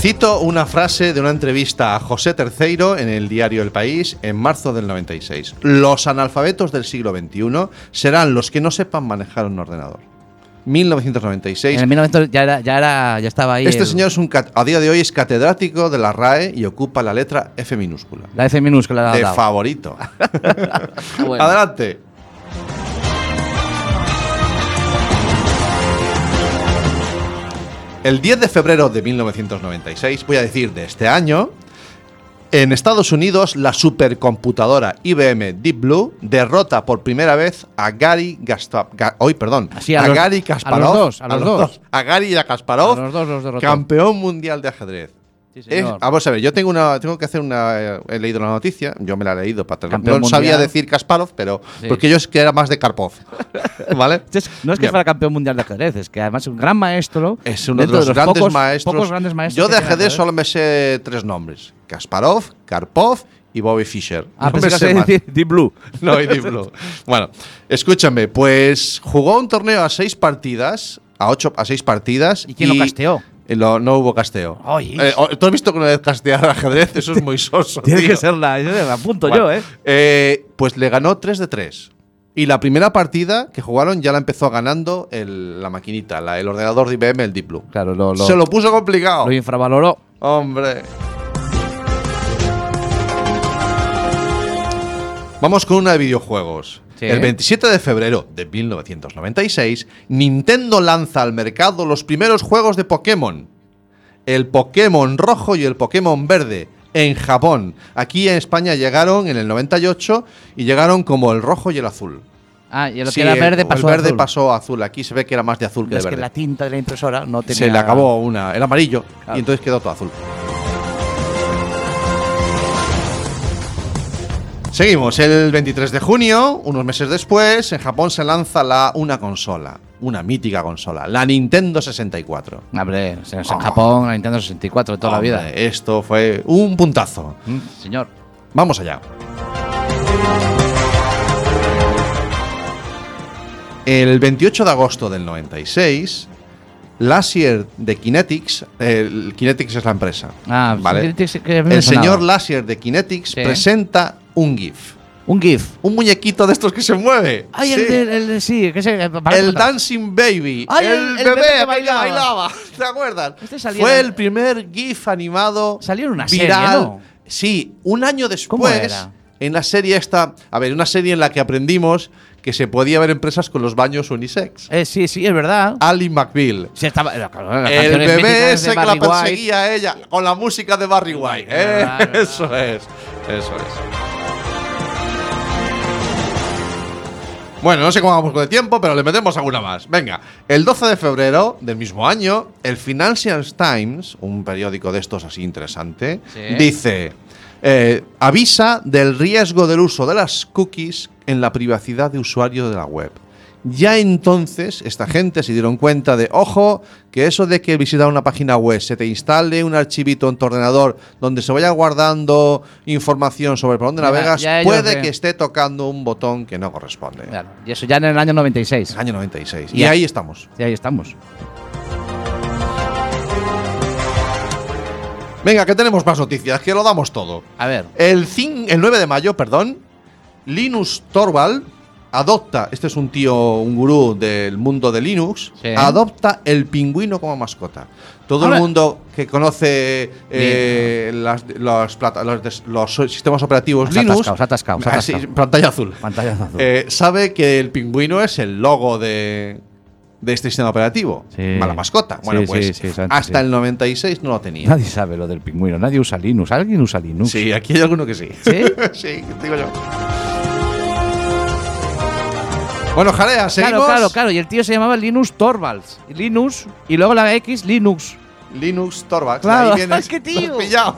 C: Cito una frase de una entrevista a José Terceiro en el diario El País en marzo del 96. Los analfabetos del siglo XXI serán los que no sepan manejar un ordenador. 1996.
D: En el 1900 ya, era, ya, era, ya estaba ahí.
C: Este
D: el-
C: señor es un cat- a día de hoy es catedrático de la RAE y ocupa la letra F minúscula.
D: La F minúscula la ha
C: De
D: dado.
C: favorito.
D: [LAUGHS] Ah, bueno.
C: Adelante. El 10 de febrero de 1996, voy a decir de este año, en Estados Unidos la supercomputadora IBM Deep Blue derrota por primera vez a Gary Gaspa- Ga- hoy, perdón,
D: Así, a los-
C: Gary
D: a los
C: Kasparov,
D: dos, a los dos.
C: a Gary y a Kasparov,
D: A los dos los derrotó.
C: campeón mundial de ajedrez.
D: Sí,
C: Es-
D: señor.
C: vamos a ver, yo tengo una, tengo que hacer una. eh, he leído la noticia, yo me la he leído para No
D: Campeón
C: sabía
D: mundial.
C: decir Kasparov, pero
D: Sí.
C: porque yo es que era más de
D: [LAUGHS]
C: Karpov, ¿vale?
D: Este es- No es que
C: Bien.
D: fuera campeón mundial de ajedrez, es que además es un gran maestro.
C: Es uno de
D: dentro
C: los, grandes,
D: pocos,
C: maestros.
D: pocos grandes maestros
C: Yo de
D: que tiene
C: ajedrez solo me sé tres nombres: Kasparov, Karpov y Bobby Fischer. no
D: Ah,
C: me
D: pensé que
C: sé
D: ibas a
C: más.
D: decir Deep Blue.
C: [LAUGHS] No, y Deep Blue. Bueno, escúchame, pues jugó un torneo a seis partidas, a ocho, a seis partidas.
D: ¿Y quién lo casteó?
C: y lo- no hubo casteo.
D: Ay.
C: Eh, o- ¿Tú has visto que una vez castear ajedrez? Eso es muy soso.
D: Tiene que
C: tío.
D: ser la. yo la apunto
C: Bueno,
D: yo, ¿eh?
C: eh, Pues le ganó 3 de 3. Y la primera partida que jugaron ya la empezó ganando el- la maquinita, la- el ordenador de IBM, el Deep Blue.
D: Claro, lo,
C: Se lo puso complicado.
D: lo infravaloró.
C: Hombre. Vamos con una de videojuegos.
D: Sí.
C: El 27 de febrero de 1996, Nintendo lanza al mercado los primeros juegos de Pokémon. El Pokémon rojo y el Pokémon verde en Japón. Aquí en España llegaron en el 98 y llegaron como el rojo y el azul.
D: Ah, y el
C: Sí,
D: que era
C: el-
D: verde
C: el
D: pasó a
C: verde
D: azul.
C: pasó a azul. Aquí se ve que era más de azul que de
D: es que
C: verde
D: la tinta de la impresora no tenía.
C: se le acabó una, el amarillo y
D: Claro.
C: entonces quedó todo azul. Seguimos, el 23 de junio, unos meses después, en Japón se lanza la, una consola, una mítica consola, la Nintendo 64.
D: Hombre, o sea, en Japón, la Nintendo 64 de toda la vida.
C: Oh. Hombre, Esto fue un puntazo.
D: Mm, Señor.
C: Vamos allá. El 28 de agosto del 96, Lassier de Kinetics, el Kinetics es la empresa.
D: Ah,
C: vale.
D: sí, sí, que a mí me
C: El
D: sonaba.
C: señor Lassier de Kinetics
D: Sí.
C: presenta un GIF.
D: Un GIF.
C: Un muñequito de estos que se mueve.
D: Ay,
C: Sí.
D: el, del- el, sí, que se.
C: El Dancing Baby.
D: Ay,
C: el,
D: el-
C: bebé,
D: el bebé que
C: que bailaba. [LAUGHS]
D: bailaba.
C: ¿Te acuerdas?
D: Este salía
C: Fue
D: en-
C: el primer GIF animado
D: Salió en una serie,
C: viral.
D: ¿no?
C: Sí, un año después.
D: ¿Cómo era?
C: En la serie esta. A ver, una serie en la que aprendimos que se podía ver empresas con los baños unisex.
D: Eh, sí, sí, es verdad.
C: Ali McBeal.
D: Sí, estaba, eh, la- la- las
C: Ah. El
D: canciones míticas
C: bebé
D: de
C: ese que la
D: Barry White.
C: perseguía a ella con la música de Barry White.
D: Es
C: ¿eh?
D: verdad, es verdad.
C: [LAUGHS] Eso es, eso es. Bueno, no sé cómo vamos con el tiempo, pero le metemos alguna más. Venga, el 12 de febrero del mismo año, el Financial Times, un periódico de estos así interesante,
D: Sí.
C: dice, eh, avisa del riesgo del uso de las cookies en la privacidad de usuario de la web. Ya entonces esta gente se dieron cuenta de, ojo, que eso de que visitar una página web se te instale un archivito en tu ordenador donde se vaya guardando información sobre por dónde
D: Ya-
C: navegas,
D: ya ellos
C: puede
D: ven.
C: que esté tocando un botón que no corresponde.
D: Claro, Y eso ya en el año 96.
C: Año 96. Y
D: Ya.
C: ahí estamos.
D: Y ahí estamos.
C: Venga, que tenemos más noticias, que lo damos todo.
D: A ver.
C: El, cin- el 9 de mayo, perdón, Linus Torvald adopta, este es un tío, un gurú del mundo de Linux,
D: Sí.
C: adopta el pingüino como mascota. Todo
D: Ahora-
C: el mundo que conoce eh, las- los, plata- los des- los sistemas operativos
D: Has
C: Linux,
D: atascado, has atascado, has
C: Ah, sí,
D: atascado.
C: pantalla azul,
D: Pantalla azul.
C: Eh, sabe que el pingüino es el logo de, de este sistema operativo,
D: Sí.
C: la mascota. Bueno,
D: Sí,
C: pues
D: sí, sí, exacto,
C: hasta
D: sí.
C: el 96 no lo tenía.
D: Nadie sabe lo del pingüino, nadie usa Linux. ¿Alguien usa Linux?
C: Sí, aquí hay alguno que sí. [LAUGHS]
D: ¿Sí?
C: sí, digo yo. Bueno, Jarea,
D: Claro,
C: seguimos.
D: claro, claro. Y el tío se llamaba Linus Torvalds. Linux y luego la X Linux.
C: Linux Torvalds.
D: Claro.
C: ahí
D: [LAUGHS]
C: vienes.
D: ¡Qué tío!
C: Lo has pillado.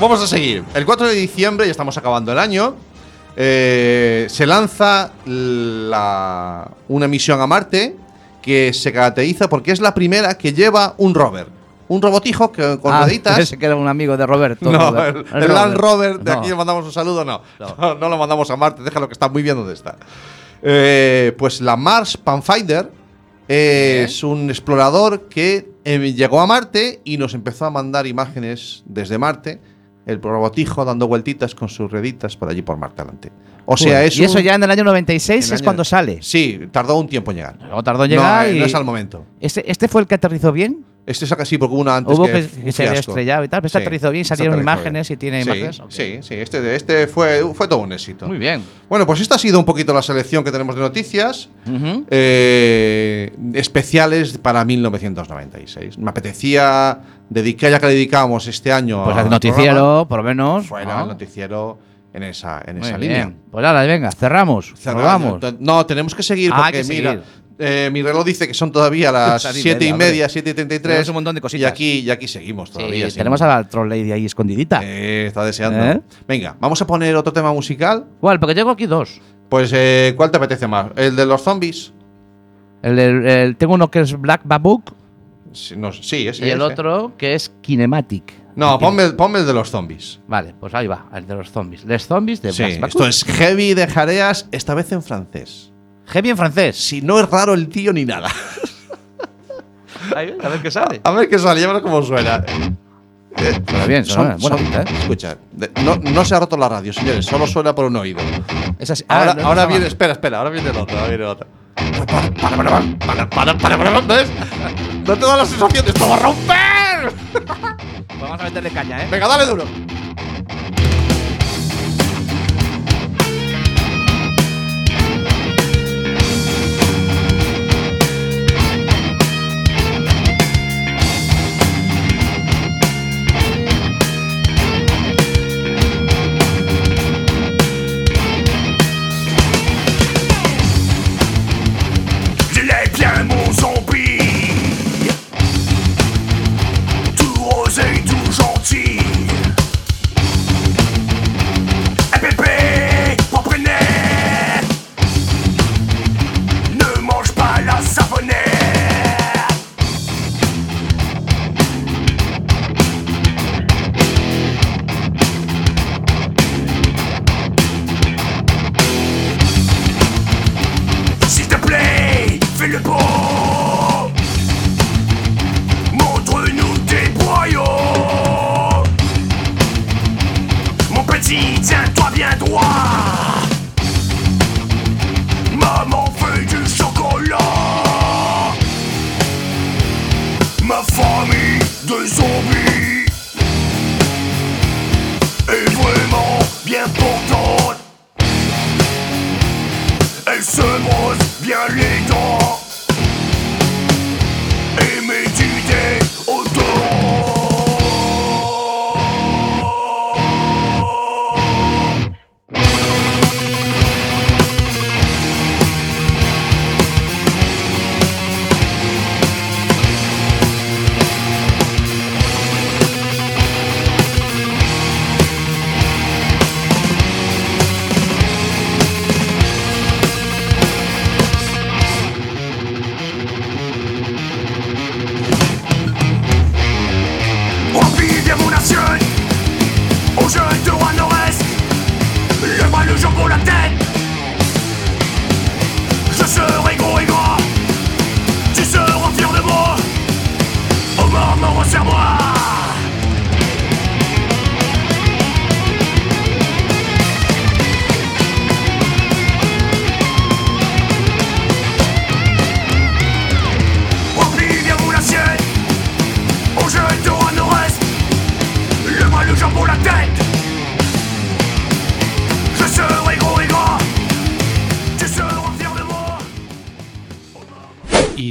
C: Vamos a seguir. El 4 de diciembre, ya estamos acabando el año, eh, se lanza la- una misión a Marte que se caracteriza porque es la primera que lleva un rover. Un robotijo que, con
D: Ah, [LAUGHS]
C: rueditas.
D: pensé que era un amigo de Roberto.
C: No,
D: Robert.
C: el, el Land Rover, de
D: No.
C: aquí le mandamos un saludo, no. [LAUGHS] No, no lo mandamos a Marte, déjalo que está muy bien donde está. Eh, pues la Mars Pathfinder es un explorador que eh, llegó a Marte y nos empezó a mandar imágenes desde Marte. El robotijo dando vueltitas con sus reditas por allí por Marte adelante. O sea,
D: Joder,
C: es
D: y eso
C: un-
D: ya en el año 96
C: en el
D: es
C: año-
D: cuando sale.
C: Sí, tardó un tiempo en llegar.
D: Luego tardó en llegar
C: No, eh,
D: y-
C: no es al momento.
D: Este, este fue el que aterrizó bien.
C: Este saca sí porque hubo una antes
D: Hubo
C: que,
D: que,
C: fue
D: que
C: un
D: se había
C: fiasco.
D: estrellado y tal, pero este
C: Sí,
D: aterrizó bien,
C: este
D: salieron
C: aterrizó
D: imágenes
C: bien.
D: y tiene
C: Sí,
D: imágenes. Ok.
C: Sí, sí, este, este fue, fue todo un éxito.
D: Muy bien.
C: Bueno, pues esta ha sido un poquito la selección que tenemos de noticias
D: Ujú.
C: eh, especiales para 1996. Me apetecía dedicar, ya que le dedicamos este año
D: Pues
C: al
D: el
C: programa,
D: noticiero, por lo menos.
C: fuera
D: ¿no?
C: el noticiero en esa, en
D: Muy
C: esa
D: bien.
C: línea.
D: Pues nada, venga, cerramos.
C: Cerramos.
D: Cerramos.
C: No, tenemos que seguir
D: Ah, hay
C: porque,
D: que
C: mira,
D: seguir.
C: eh, mi reloj dice que son todavía
D: [LAUGHS]
C: las
D: Las
C: 7 y
D: media,
C: media,
D: hombre.
C: 7 y 33.
D: Tenemos un montón de
C: Y
D: cositas.
C: aquí, y aquí seguimos todavía. sin-
D: tenemos a la Troll Lady ahí escondidita.
C: Eh, está deseando.
D: ¿Eh?
C: Venga, vamos a poner otro tema musical.
D: ¿Cuál? Porque tengo aquí dos.
C: Pues, eh, ¿cuál te apetece más? ¿El de los zombies?
D: El, el- el- tengo uno que es Black Babook
C: Sí, no, sí ese,
D: y el
C: ese.
D: otro que es Kinematic.
C: No,
D: Kine-
C: ponme, el- ponme el de los zombies.
D: Vale, pues ahí va, el de los zombies. Los zombies de
C: Sí,
D: Black Babook.
C: esto es heavy de jareas, esta vez en francés.
D: Heavy en francés.
C: Si no es raro el tío ni nada.
D: A ver qué sale.
C: A ver qué sale, ya verás cómo suena.
D: Pero bien,
C: Son-
D: son, buena
C: son-
D: pinta, ¿eh?
C: Escucha, de- no, no se ha roto la radio, señores, solo suena por un oído.
D: Es así. Ah,
C: Ahora,
D: no, no
C: ahora
D: está
C: viene,
D: mal.
C: espera, espera, ahora viene el otro, ahora viene el otro. Para, para, para, para, para, para, ¿no es? No te da la sensación de esto va a romper.
D: Vamos a meterle caña, ¿eh?
C: Venga, dale duro.
K: Il est bien mon zombie Tout rosé, tout gentil Eh bébé, en prenez Ne mange pas la savonnette S'il te plaît, fais le beau. Montre-nous tes boyaux. Mon petit, tiens-toi bien droit. Maman veut du chocolat. Ma famille de zombies est vraiment bien portante. Elle se brosse bien les dents Et met du thé au dos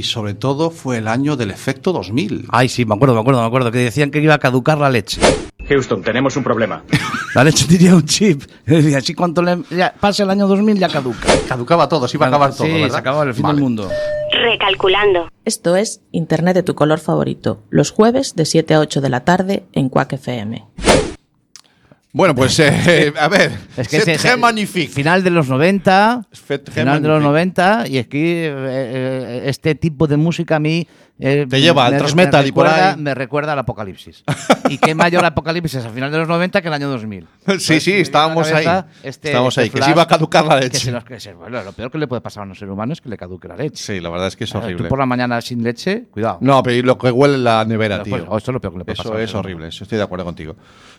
C: sobre todo fue el año del efecto 2000.
D: Ay, sí, me acuerdo, me acuerdo, me acuerdo. Que decían que iba a caducar la leche.
H: Houston, tenemos un problema.
D: La leche tenía un chip. [LAUGHS] Decía, así cuanto le, ya pase el año 2000 ya caduca.
C: Caducaba todo, se iba a acabar todo,
D: Sí,
C: ¿verdad?
D: se acababa el fin
C: Vale.
D: del mundo.
I: Recalculando.
B: Esto es Internet de tu color favorito, los jueves de 7 a 8 de la tarde en Quack FM.
C: Bueno, pues eh, a ver.
D: Es que
C: c'est
D: es-
C: très
D: es-
C: magnifique.
D: Final de los 90.
C: C'est très
D: Final de los
C: magnifique.
D: 90. Y es que eh, eh, este tipo de música a mí. eh,
C: Te lleva al thrash metal y por
D: recuerda-
C: ahí.
D: Me recuerda al apocalipsis. ¿Y qué mayor apocalipsis al final de los 90 que el año 2000?
C: Sí, sí,
D: me viene a la
C: estábamos ahí.
D: cabeza este-
C: estábamos
D: este
C: ahí, que se
D: flash
C: iba a caducar la
D: que se
C: leche.
D: nos- que se- bueno, lo peor que le puede pasar a un ser humano es que le caduque la leche.
C: Sí, la verdad es que es
D: Claro,
C: horrible.
D: Tú por la mañana sin leche, cuidado.
C: No, pero y lo que huele la nevera,
D: Después-
C: tío.
D: oh, esto es lo peor que le puede pasar
C: Eso
D: a un
C: es
D: ser humano.
C: horrible, eso estoy de acuerdo contigo.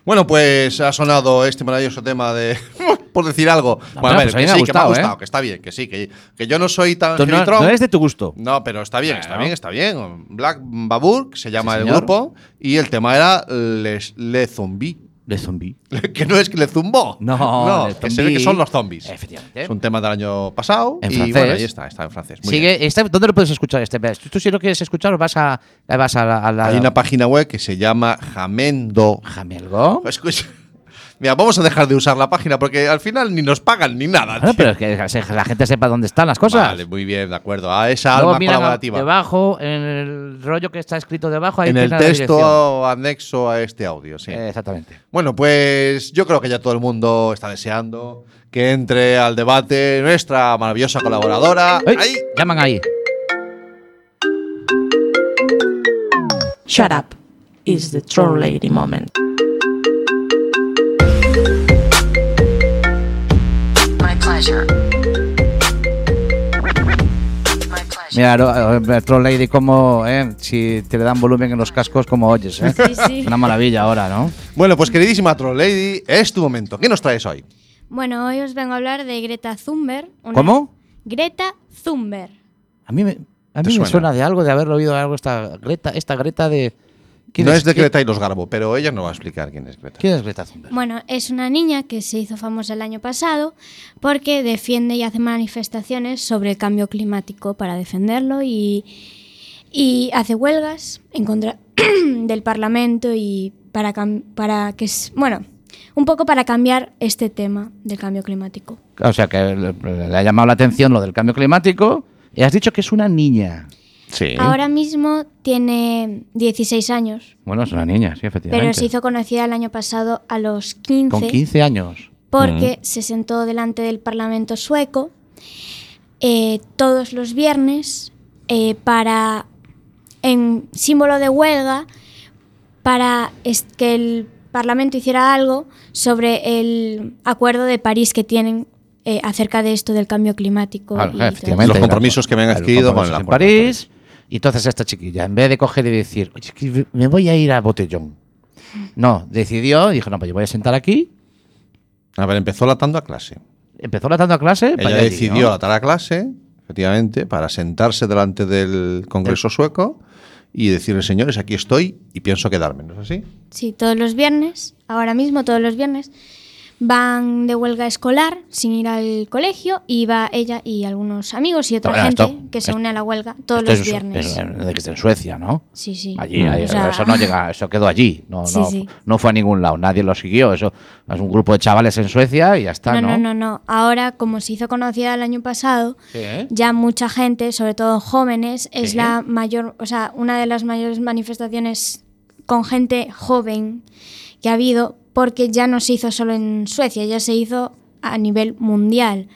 C: Bueno, pues ha sonado este maravilloso tema de. [LAUGHS] por decir algo. bueno,
D: pero
C: a ver,
D: pues a mí
C: que
D: me
C: sí, que me
D: ha
C: ha
D: gustado, ¿eh?
C: gustado, que está bien, que sí, que, que yo no soy tan.
D: Tú no,
C: genitrón.
D: no es de tu gusto.
C: No, pero está bien, está
D: Bueno.
C: bien, está bien. Black Babur, que se llama
D: Sí,
C: el
D: señor.
C: grupo, y el tema era Les, Le Zombie.
D: De zombie.
C: [LAUGHS] que no es que le zumbó.
D: No,
C: no
D: le
C: que se ve que
D: zombí.
C: son los zombies.
D: Efectivamente.
C: Es un tema del año pasado.
D: ¿Eh? En
C: y
D: francés.
C: bueno, ahí está, está en francés. Muy bien.
D: Sigue, está- ¿Dónde lo puedes escuchar este mes? Tú, tú si lo quieres escuchar, vas a, vas a la. a la-
C: Hay una página web que se llama Jamendo. [LAUGHS]
D: Jamelgo.
C: Escucha. Mira, vamos a dejar de usar la página porque al final ni nos pagan ni nada.
D: Bueno,
C: tío.
D: Ah, pero es que se- la gente sepa dónde están las cosas.
C: Vale, muy bien, de acuerdo. A esa
D: Luego
C: alma
D: mira
C: colaborativa.
D: Debajo, en el rollo que está escrito debajo, ahí
C: en el
D: tiene la dirección.
C: texto anexo a este audio, sí.
D: Eh, exactamente.
C: Bueno, pues yo creo que ya todo el mundo está deseando que entre al debate nuestra maravillosa colaboradora.
D: ¡Ay!
C: ¡Ay!
D: Llaman ahí.
B: Shut up is the troll lady moment.
A: My pleasure. My pleasure.
D: Mira, lo- eh, Troll Lady, como eh, si te le dan volumen en los cascos, como oyes. eh.
K: Sí, sí.
D: Una maravilla ahora, ¿no?
C: Bueno, pues queridísima Troll Lady, es tu momento. ¿Qué nos traes hoy?
K: Bueno, hoy os vengo a hablar de Greta Thunberg. una-
D: ¿Cómo?
K: Greta Thunberg.
D: A mí me, a
C: ¿Te
D: mí me
C: suena?
D: suena? de algo, de haber oído algo esta Greta, esta Greta de.
C: No es de
D: quién-
C: Greta y los Garbo, pero ella no va a explicar quién es Greta.
D: ¿Quién es Greta Thunberg?
K: Bueno, es una niña que se hizo famosa el año pasado porque defiende y hace manifestaciones sobre el cambio climático para defenderlo y, y hace huelgas en contra [CLEARS THROAT] del Parlamento y para, cam- para que es, bueno, un poco para cambiar este tema del cambio climático.
D: O sea, que le, le ha llamado la atención lo del cambio climático y has dicho que es una niña.
C: Sí.
K: Ahora mismo tiene 16 años,
D: Bueno, es una niña, sí, efectivamente.
K: pero se hizo conocida el año pasado a los 15.
D: Con 15 años.
K: porque se sentó delante del Parlamento sueco eh, todos los viernes eh, para, en símbolo de huelga, para es- que el Parlamento hiciera algo sobre el acuerdo de París que tienen eh, acerca de esto del cambio climático.
D: Claro,
K: y todo
D: efectivamente.
C: Los compromisos que habían
D: Los
C: adquirido con el
D: compromisos en
C: acuerdo de
D: París. Y entonces esta chiquilla, en vez de coger y decir, oye, es que me voy a ir a Botellón. No, decidió, dijo, no, pues yo voy a sentar aquí.
C: A ver, empezó latando a clase.
D: Empezó la tanda clase.
C: Ella
D: para allí,
C: decidió
D: ¿no?
C: latar a clase, efectivamente, para sentarse delante del Congreso sueco y decirle, señores, aquí estoy y pienso quedarme, ¿no es así?
K: Sí, todos los viernes, ahora mismo todos los viernes, van de huelga escolar sin ir al colegio y va ella y algunos amigos y otra
D: Bueno,
K: gente
D: esto-
K: que se
D: esto-
K: une a la huelga todos
D: Esto es
K: los
D: en Su-
K: viernes.
D: en- en- desde en Suecia, ¿no?
K: Sí, sí.
D: Allí,
K: O
D: ahí,
K: sea,
D: eso no llega, eso quedó allí, no,
K: [LAUGHS] Sí,
D: no,
K: sí.
D: no fue a ningún lado, nadie lo siguió, eso es un grupo de chavales en Suecia y ya está,
K: no,
D: ¿no?
K: no, no, no. Ahora, como se hizo conocida el año pasado,
D: Sí, ¿eh?
K: ya mucha gente, sobre todo jóvenes, es
D: Sí.
K: la mayor, o sea, una de las mayores manifestaciones con gente joven que ha habido, porque ya no se hizo solo en Suecia, ya se hizo a nivel mundial.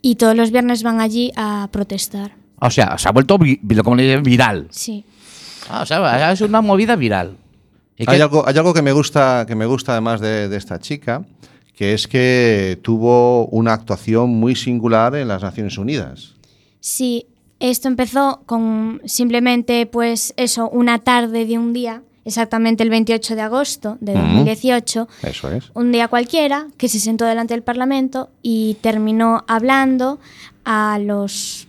K: Y todos los viernes van allí a protestar.
D: O sea, se ha vuelto vi- vi- como le dicen, viral.
K: Sí.
D: Ah, o sea, es una movida viral. ¿Y
C: Hay
D: qué-
C: algo, hay algo que me gusta, que me gusta además de, de esta chica, que es que tuvo una actuación muy singular en las Naciones Unidas.
K: Sí, esto empezó con simplemente, pues eso, una tarde de un día, exactamente el 28 de agosto de
C: Ujú.
K: 2018,
C: Eso es.
K: un día cualquiera que se sentó delante del Parlamento y terminó hablando a los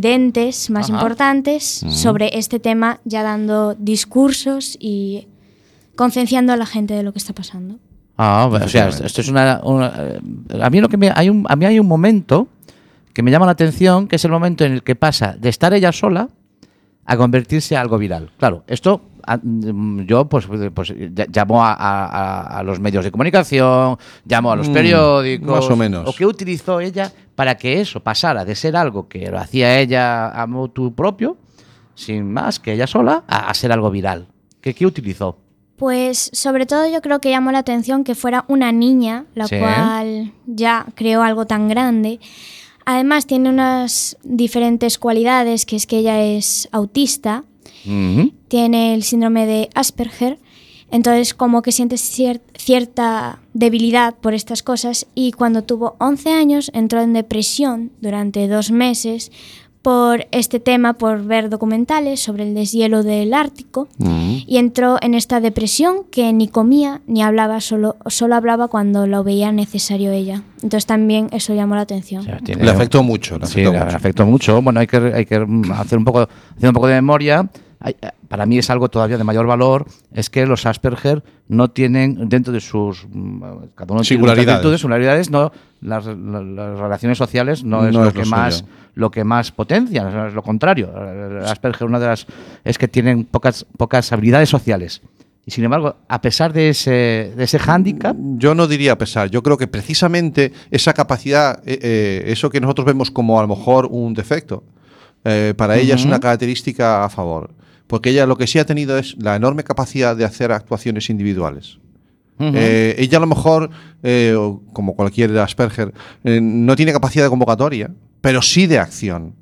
K: presidentes más
D: Ajá. Mm.
K: importantes sobre este tema, ya dando discursos y concienciando a la gente de lo que está pasando.
D: Ah, o sea, esto, esto es una, una- eh, a mí lo que me, hay un, a mí hay un momento que me llama la atención, que es el momento en el que pasa de estar ella sola a convertirse en algo viral. Claro, esto a- mm, yo pues, pues, ll- llamo a, a- a- a los medios de comunicación, llamo a los
C: Mm,
D: periódicos.
C: más o menos.
D: qué utilizó ella para que eso pasara de ser algo que lo hacía ella a motu propio, sin más que ella sola, a, a ser algo viral? ¿Qué, qué utilizó?
K: Pues sobre todo yo creo que llamó la atención que fuera una niña, la
D: Sí.
K: cual ya creó algo tan grande. Además tiene unas diferentes cualidades, que es que ella es autista, tiene el síndrome de Asperger, entonces como que siente cier- cierta debilidad por estas cosas y cuando tuvo 11 años entró en depresión durante dos meses por este tema, por ver documentales sobre el deshielo del Ártico y entró en esta depresión que ni comía ni hablaba, solo, solo hablaba cuando lo veía necesario ella. Entonces también eso llamó la atención.
C: Le afectó mucho, le
D: Sí,
C: afectó
D: le
C: mucho.
D: afectó mucho. Bueno, hay que, hay que mm, hacer un poco, hacer un poco de memoria. Hay- eh, Para mí es algo todavía de mayor valor, es que los Asperger no tienen dentro de sus mm, cada uno tiene unas
C: Singularidades.
D: virtudes, singularidades, no las, la- las relaciones sociales no es
C: No
D: lo
C: es lo
D: que más
C: suyo.
D: lo que más potencia, es lo contrario. El Asperger una de las es que tienen pocas pocas habilidades sociales. Y sin embargo, a pesar de ese de ese hándicap,
C: Yo no diría pesar, yo creo que precisamente esa capacidad, eh, eh, eso que nosotros vemos como a lo mejor un defecto, eh, para ella es
D: Ujú.
C: una característica a favor. Porque ella lo que sí ha tenido es la enorme capacidad de hacer actuaciones individuales.
D: Ujú.
C: Eh, ella a lo mejor, eh, o como cualquier Asperger, eh, no tiene capacidad de convocatoria, pero sí de acción.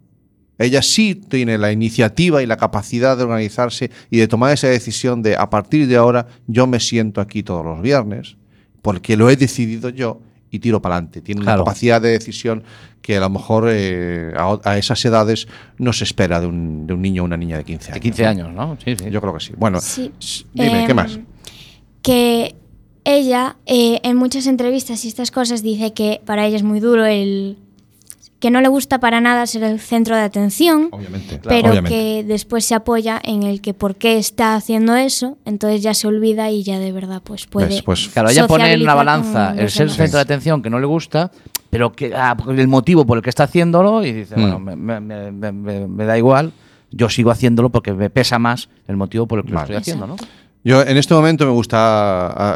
C: Ella sí tiene la iniciativa y la capacidad de organizarse y de tomar esa decisión de a partir de ahora yo me siento aquí todos los viernes porque lo he decidido yo y tiro para adelante. Tiene
D: Claro.
C: una capacidad de decisión que a lo mejor eh, a, o- a esas edades no se espera de un, de un niño o una niña de 15 años.
D: de 15 años, ¿no? Sí, sí.
C: Yo creo que sí. Bueno,
K: Sí.
C: s- dime, ¿qué
K: Em,
C: más?
K: Que ella eh, en muchas entrevistas y estas cosas dice que para ella es muy duro el que no le gusta para nada ser el centro de atención,
C: Obviamente.
K: pero
C: obviamente.
K: que después se apoya en el que por qué está haciendo eso, entonces ya se olvida y ya de verdad pues puede.
C: ¿Ves? Pues-
D: Claro, ella pone en una
K: sociabilizar
D: balanza
K: con
D: el
K: los
D: ser el
K: demás.
D: centro de atención que no le gusta, pero que ah, por el motivo por el que está haciéndolo y dice,
C: Mm.
D: bueno, me, me- me- me- me- me da igual, yo sigo haciéndolo porque me pesa más el motivo por el que
C: Vale.
D: lo estoy haciendo, ¿no?
C: Yo en este momento me gusta,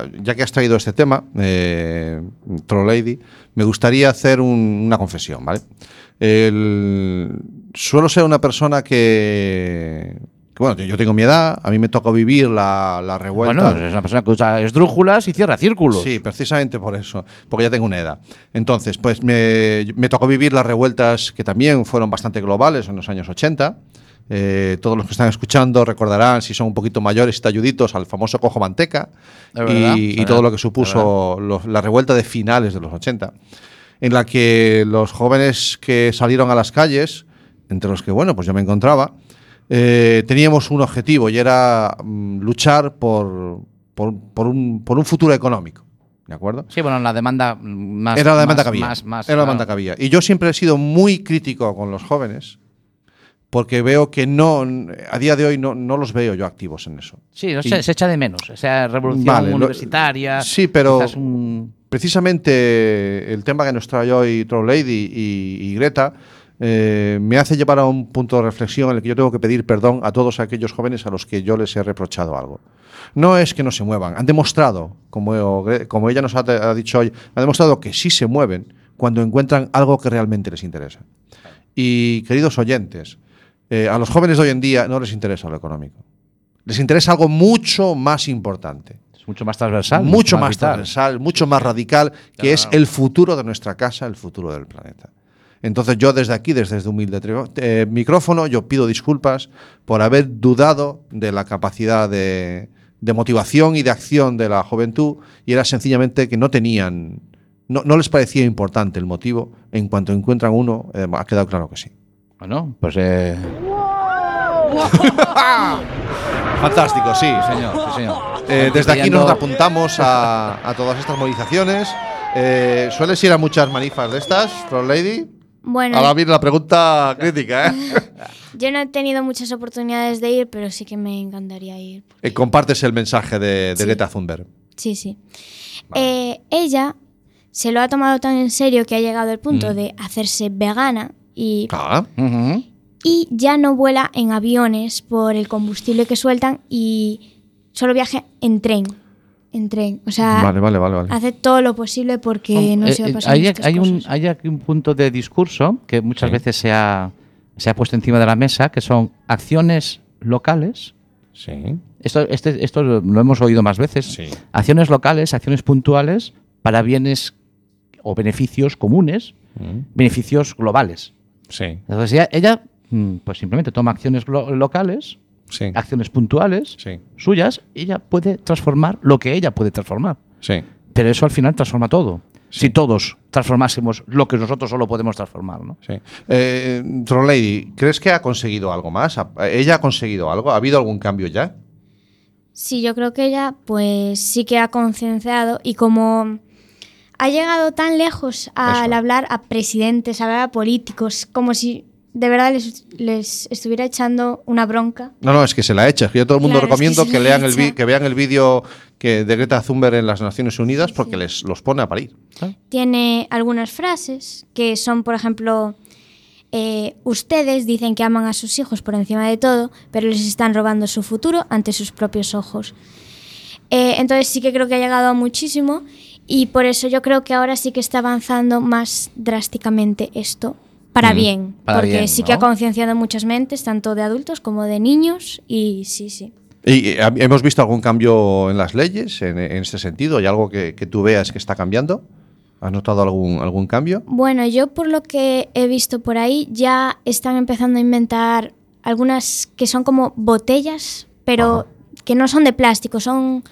C: ah, ya que has traído este tema, eh, Troll Lady, me gustaría hacer un- una confesión, ¿vale? El- suelo ser una persona que, que, bueno, yo tengo mi edad, a mí me toca vivir la, la revuelta.
D: Bueno, es una persona que usa esdrújulas y cierra círculos.
C: Sí, precisamente por eso, porque ya tengo una edad. Entonces, pues me, me tocó vivir las revueltas que también fueron bastante globales en los años 80. Eh, todos los que están escuchando recordarán, si son un poquito mayores y talluditos, al famoso cojo manteca
D: Es verdad,
C: y,
D: es
C: y todo
D: verdad,
C: lo que supuso los- la revuelta de finales de los 80, en la que los jóvenes que salieron a las calles, entre los que, bueno, pues yo me encontraba, eh, teníamos un objetivo y era mm, luchar por, por, por un, por un futuro económico. ¿De acuerdo?
D: Sí, bueno, la demanda más.
C: era la demanda
D: más-
C: que había.
D: más- más,
C: era la
D: claro.
C: demanda que había. Y yo siempre he sido muy crítico con los jóvenes porque veo que no, a día de hoy no, no los veo yo activos en eso.
D: Sí, no
C: Y-
D: sé, se echa de menos. O sea, revolución
C: Vale, lo-
D: universitaria.
C: sí, pero-
D: quizás un-
C: Precisamente el tema que nos trae hoy Troll Lady y, y Greta eh, me hace llevar a un punto de reflexión en el que yo tengo que pedir perdón a todos aquellos jóvenes a los que yo les he reprochado algo. No es que no se muevan, han demostrado, como, Gre- como ella nos ha, ha dicho hoy, han demostrado que sí se mueven cuando encuentran algo que realmente les interesa. Y queridos oyentes, eh, a los jóvenes de hoy en día no les interesa lo económico. Les interesa algo mucho más importante
D: es mucho más transversal.
C: mucho más
D: vital.
C: transversal, mucho más radical, que es el futuro de nuestra casa, el futuro del planeta. Entonces yo desde aquí, desde este humilde tri- eh, micrófono, yo pido disculpas por haber dudado de la capacidad de, de motivación y de acción de la juventud y era sencillamente que no tenían, no, no les parecía importante el motivo. En cuanto encuentran uno, eh, ha quedado claro que sí.
D: Bueno, pues. Eh,
C: Fantástico, sí, señor.
D: sí, señor.
C: Eh, desde aquí
D: Pillando-
C: nos apuntamos a, a todas estas movilizaciones. Eh, ¿Sueles ir a muchas manifas de estas, Troll Lady?
K: Bueno, eh.
C: Ahora viene la pregunta crítica, ¿eh?
K: yo no he tenido muchas oportunidades de ir, pero sí que me encantaría ir.
C: Eh, Compartes el mensaje de, de Greta Thunberg.
K: Sí, sí. Eh, ella se lo ha
D: Mm.
K: tomado tan en serio que ha llegado al punto de hacerse vegana y,
C: Ah,
D: ujú.
K: y ya no vuela en aviones por el combustible que sueltan y solo viaja en tren. En tren. O sea,
C: Vale, vale, vale, vale.
K: hace todo lo posible porque no
D: Eh,
K: se
D: eh,
K: pasen
D: hay,
K: estas
D: hay un,
K: cosas.
D: hay aquí un punto de discurso que muchas veces se ha, se ha puesto encima de la mesa, que son acciones locales.
C: Sí.
D: Esto, este- esto lo hemos oído más veces. Acciones locales, acciones puntuales para bienes o beneficios comunes, beneficios globales.
C: mm, Sí.
D: Entonces ella, ella, mm, pues simplemente toma acciones glo- locales,
C: Sí.
D: acciones puntuales
C: Sí.
D: suyas, y ella puede transformar lo que ella puede transformar.
C: Sí.
D: Pero eso al final transforma todo. Si todos transformásemos lo que nosotros solo podemos transformar, ¿no?
C: Sí. Eh, Trollady, ¿crees que ha conseguido algo más? ¿Ha- ¿Ella ha conseguido algo? ¿Ha habido algún cambio ya?
K: Sí, yo creo que ella pues sí que ha concienciado y como ha llegado tan lejos al hablar a presidentes, hablar a políticos, como si de verdad les, les estuviera echando una bronca.
C: No, no, es que se la echa. Yo a todo el mundo
K: Claro, es que
C: recomiendo
K: se
C: que,
K: la
C: lean el vi-
K: echa.
C: que vean el vídeo que de Greta Thunberg en las Naciones Unidas porque les los pone a parir.
K: Tiene algunas frases que son, por ejemplo, eh, ustedes dicen que aman a sus hijos por encima de todo, pero les están robando su futuro ante sus propios ojos. Eh, entonces sí que creo que ha llegado a muchísimo y por eso yo creo que ahora sí que está avanzando más drásticamente esto. Para
C: Mm,
K: bien,
C: para
K: porque
C: bien,
K: sí que ha
C: ¿no?
K: concienciado muchas mentes, tanto de adultos como de niños, y sí, sí.
C: ¿Y eh, hemos visto algún cambio en las leyes en, en este sentido? ¿Hay algo que, que tú veas que está cambiando? ¿Has notado algún, algún cambio?
D: Pues,
K: Bueno, yo por lo que he visto por ahí, ya están empezando a inventar algunas que son como botellas, pero que no son de plástico, son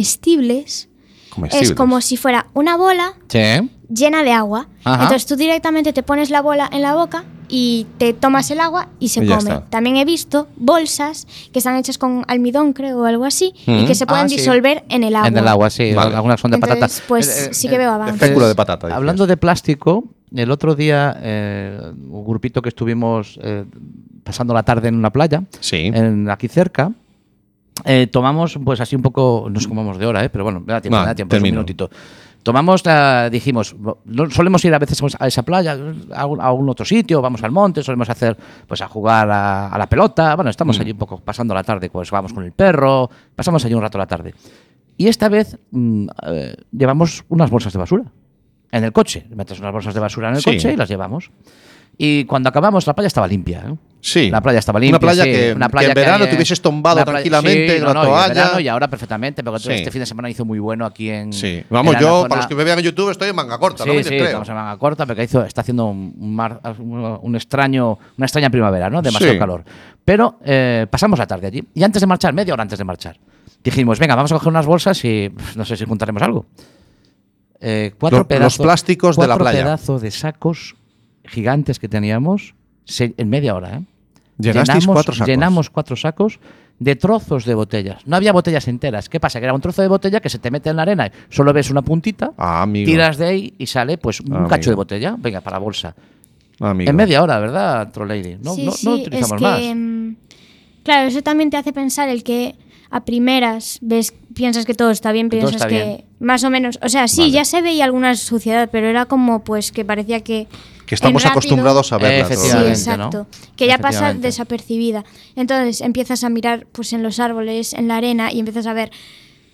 K: comestibles.
C: Comestibles.
K: Es como si fuera una bola
D: Sí. ¿eh?
K: llena de agua.
D: Ajá.
K: Entonces tú directamente te pones la bola en la boca y te tomas el agua y se
C: Y ya
K: come.
C: está.
K: También he visto bolsas que están hechas con almidón, creo, o algo así, y
C: Mm.
K: que se pueden
D: Ah, sí.
K: disolver en el agua.
D: En el agua, sí.
C: Vale.
D: Algunas son de
K: Entonces,
D: patatas.
K: pues sí
D: eh,
K: que veo avances.
C: fécula de patata, dices.
D: Hablando de plástico, el otro día eh, un grupito que estuvimos eh, pasando la tarde en una playa,
C: Sí.
D: en, aquí cerca, eh, tomamos, pues así un poco, nos comamos de hora, eh, pero bueno, me da tiempo,
C: No,
D: me da tiempo, es un
C: termino.
D: minutito. Tomamos, la- dijimos, bo- no, solemos ir a veces a esa playa, a un, a un otro sitio, vamos al monte, solemos hacer, pues a jugar a, a la pelota, bueno,
C: Mm.
D: estamos allí un poco pasando la tarde, pues vamos con el perro, pasamos allí un rato la tarde. Y esta vez mm, eh, llevamos unas bolsas de basura en el coche, metes unas bolsas de basura en el
C: Sí.
D: coche y las llevamos. Y cuando acabamos, la playa estaba limpia. ¿eh?
C: Sí.
D: La playa estaba limpia.
C: Una playa
D: sí.
C: que,
D: Una
C: que
D: playa
C: en verano
D: hay, eh,
C: te hubieses tombado
D: una playa-
C: tranquilamente
D: sí,
C: en
D: no,
C: la
D: no, y en
C: toalla.
D: verano y ahora perfectamente, porque
C: Sí.
D: este fin de semana hizo muy bueno aquí en.
C: Sí. Vamos,
D: era
C: yo,
D: la zona-
C: para los que me vean en YouTube, estoy en manga corta,
D: Sí,
C: no me
D: sí,
C: distraigo.
D: estamos en manga corta, porque hizo, está haciendo un, un mar- un extraño, una extraña primavera, ¿no? Demasiado
C: Sí.
D: calor. Pero eh, pasamos la tarde allí. Y antes de marchar, media hora antes de marchar, dijimos, venga, vamos a coger unas bolsas y pff, no sé si juntaremos algo. Eh, cuatro
C: Lo- los
D: pedazos,
C: plásticos de la
D: cuatro
C: playa.
D: pedazos de sacos gigantes que teníamos se- en media hora, ¿eh?
C: Llenasteis
D: llenamos,
C: cuatro sacos.
D: llenamos cuatro sacos de trozos de botellas. No había botellas enteras. ¿Qué pasa? Que era un trozo de botella que se te mete en la arena, solo ves una puntita,
C: Ah, amigo.
D: tiras de ahí y sale pues un
C: Amigo.
D: cacho de botella, venga, para bolsa.
C: amigo.
D: En media hora, ¿verdad, Trollady? No,
K: Sí,
D: no, no
K: sí,
D: utilizamos
K: es que,
D: más.
K: mm, Claro, eso también te hace pensar el que a primeras ves, piensas que todo está bien,
D: Que todo está
K: piensas que
D: bien.
K: más o menos, o sea, sí,
C: Vale.
K: ya se veía alguna suciedad, pero era como pues que parecía que
C: Que estamos
K: en rápido-
C: acostumbrados a verla.
K: Sí,
D: Efectivamente,
C: Trollady.
K: exacto.
D: ¿no?
K: Que ya pasa
D: Efectivamente.
K: desapercibida. Entonces empiezas a mirar pues en los árboles, en la arena y empiezas a ver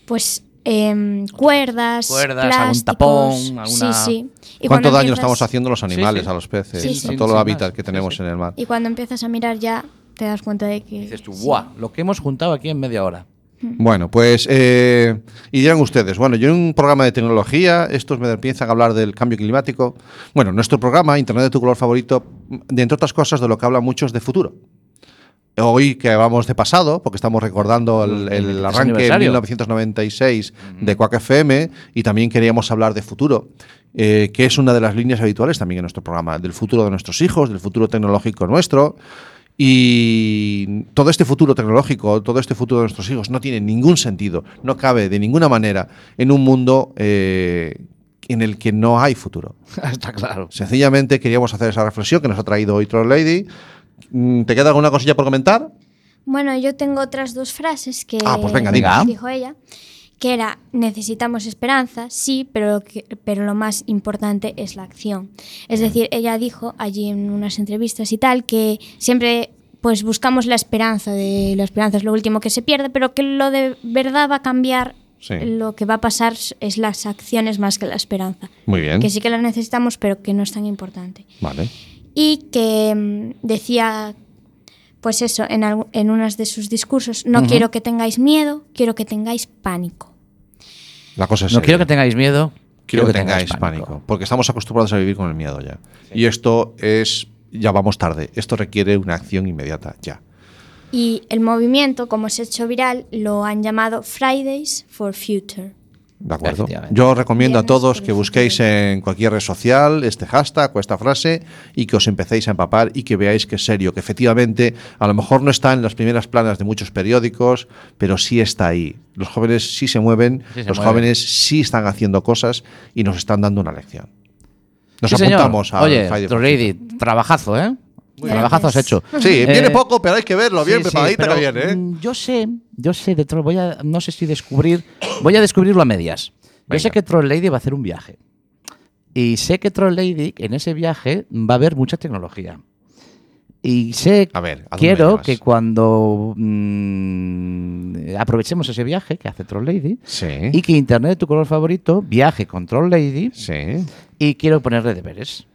K: pues em, cuerdas,
D: Cuerdas, algún
K: plásticos,
D: tapón, alguna-
K: Sí, sí. Y
C: ¿Cuánto
K: cuando
C: daño
K: empiezas-
C: estamos haciendo a los animales,
D: Sí, sí.
C: a los peces,
K: Sí, sí.
C: a todos
D: Sin
C: los
D: más.
C: hábitats que
D: Sí,
C: tenemos
D: sí.
C: en el mar?
K: Y cuando empiezas a mirar ya te das cuenta de que
D: Dices tú,
K: sí.
D: ¡buah! Lo que hemos juntado aquí en media hora.
C: Bueno, pues eh, y dirán ustedes, bueno, yo en un programa de tecnología, estos me empiezan a hablar del cambio climático. Bueno, nuestro programa, Internet de tu color favorito, de entre otras cosas, de lo que hablan muchos de futuro. Hoy que vamos de pasado, porque estamos recordando el, el
D: El 23
C: arranque en
D: Mm, aniversario.
C: 1996 de Quack FM y también queríamos hablar de futuro, eh, que es una de las líneas habituales también en nuestro programa, del futuro de nuestros hijos, del futuro tecnológico nuestro. Y todo este futuro tecnológico, todo este futuro de nuestros hijos no tiene ningún sentido, no cabe de ninguna manera en un mundo eh, en el que no hay futuro.
D: [LAUGHS] está claro.
C: Sencillamente queríamos hacer esa reflexión que nos ha traído hoy Troll Lady. Mm, ¿Te queda alguna cosilla por comentar?
K: Bueno, yo tengo otras dos frases que
C: Ah, pues venga,
D: diga.
K: dijo ella, que era necesitamos esperanza, sí, pero lo, que- pero lo más importante es la acción. Es decir, ella dijo allí en unas entrevistas y tal que siempre pues buscamos la esperanza, de la esperanza es lo último que se pierde, pero que lo de verdad va a cambiar,
C: Sí.
K: lo que va a pasar es las acciones más que la esperanza.
C: Muy bien.
K: Que sí que la necesitamos, pero que no es tan importante
C: Vale.
K: y que mm, decía, pues eso, en, algu- en unas de sus discursos, no
D: Ujú.
K: quiero que tengáis miedo, quiero que tengáis pánico.
C: La cosa es
D: No
C: seria.
D: quiero que tengáis miedo.
C: Quiero que, tengáis pánico. Porque estamos acostumbrados a vivir con el miedo ya. Y esto es. Ya vamos tarde. Esto requiere una acción inmediata, ya.
K: Y el movimiento, como se ha hecho viral, lo han llamado Fridays for Future.
C: ¿De acuerdo? Yo os recomiendo a todos que busquéis en cualquier red social este hashtag o esta frase y que os empecéis a empapar y que veáis que es serio, que efectivamente a lo mejor no está en las primeras planas de muchos periódicos, pero sí está ahí. Los jóvenes sí se mueven,
D: Sí se
C: los
D: mueven.
C: jóvenes sí están haciendo cosas y nos están dando una lección. Nos
D: Sí, señor.
C: apuntamos a
D: Oye, Lady, trabajazo, ¿eh? Trabajazo has hecho.
C: Sí, viene
D: Eh,
C: poco, pero hay que verlo bien
D: sí, sí,
C: preparadita que
D: pero,
C: viene, ¿eh?
D: mm, Yo sé, yo sé de Troll. Voy a, no sé si descubrir. Voy a descubrirlo a medias. Yo sé que Troll Lady va a hacer un viaje. Y sé que Troll Lady en ese viaje va a haber mucha tecnología. Y sé,
C: A ver, ¿a dónde
D: quiero
C: llevas?
D: que cuando mm, aprovechemos ese viaje que hace Troll Lady
C: Sí.
D: y que Internet de tu color favorito viaje con Troll Lady
C: Sí.
D: y quiero ponerle deberes.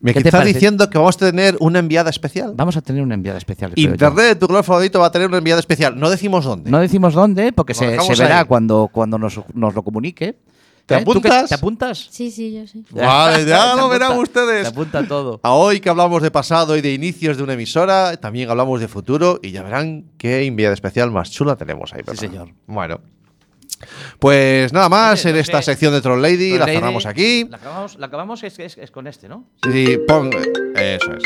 C: Me
D: ¿Qué te
C: estás
D: parece?
C: diciendo que vamos a tener una enviada especial.
D: Vamos a tener una enviada especial. creo yo.
C: Internet de tu color favorito va a tener una enviada especial. No decimos dónde.
D: No decimos dónde, porque
C: Lo
D: se,
C: dejamos
D: se verá
C: ahí.
D: cuando, cuando nos, nos lo comunique.
C: ¿Te
D: ¿Eh? ¿Tú qué-
C: apuntas?
D: ¿Te apuntas?
K: Sí, sí, yo sí.
C: Vale, ya
D: [LAUGHS] Se
C: lo verán
D: apunta,
C: ustedes.
D: Se apunta todo.
C: A hoy que hablamos de pasado y de inicios de una emisora, también hablamos de futuro y ya verán qué enviada especial más chula tenemos ahí. preparada.
D: señor.
C: Bueno. Pues nada más
D: Oye,
C: en
D: no
C: esta
D: sé.
C: sección de Troll Lady, la
D: Lady,
C: cerramos aquí.
D: La acabamos, la acabamos es, es- es con este, ¿no?
C: Y pon... Eso es.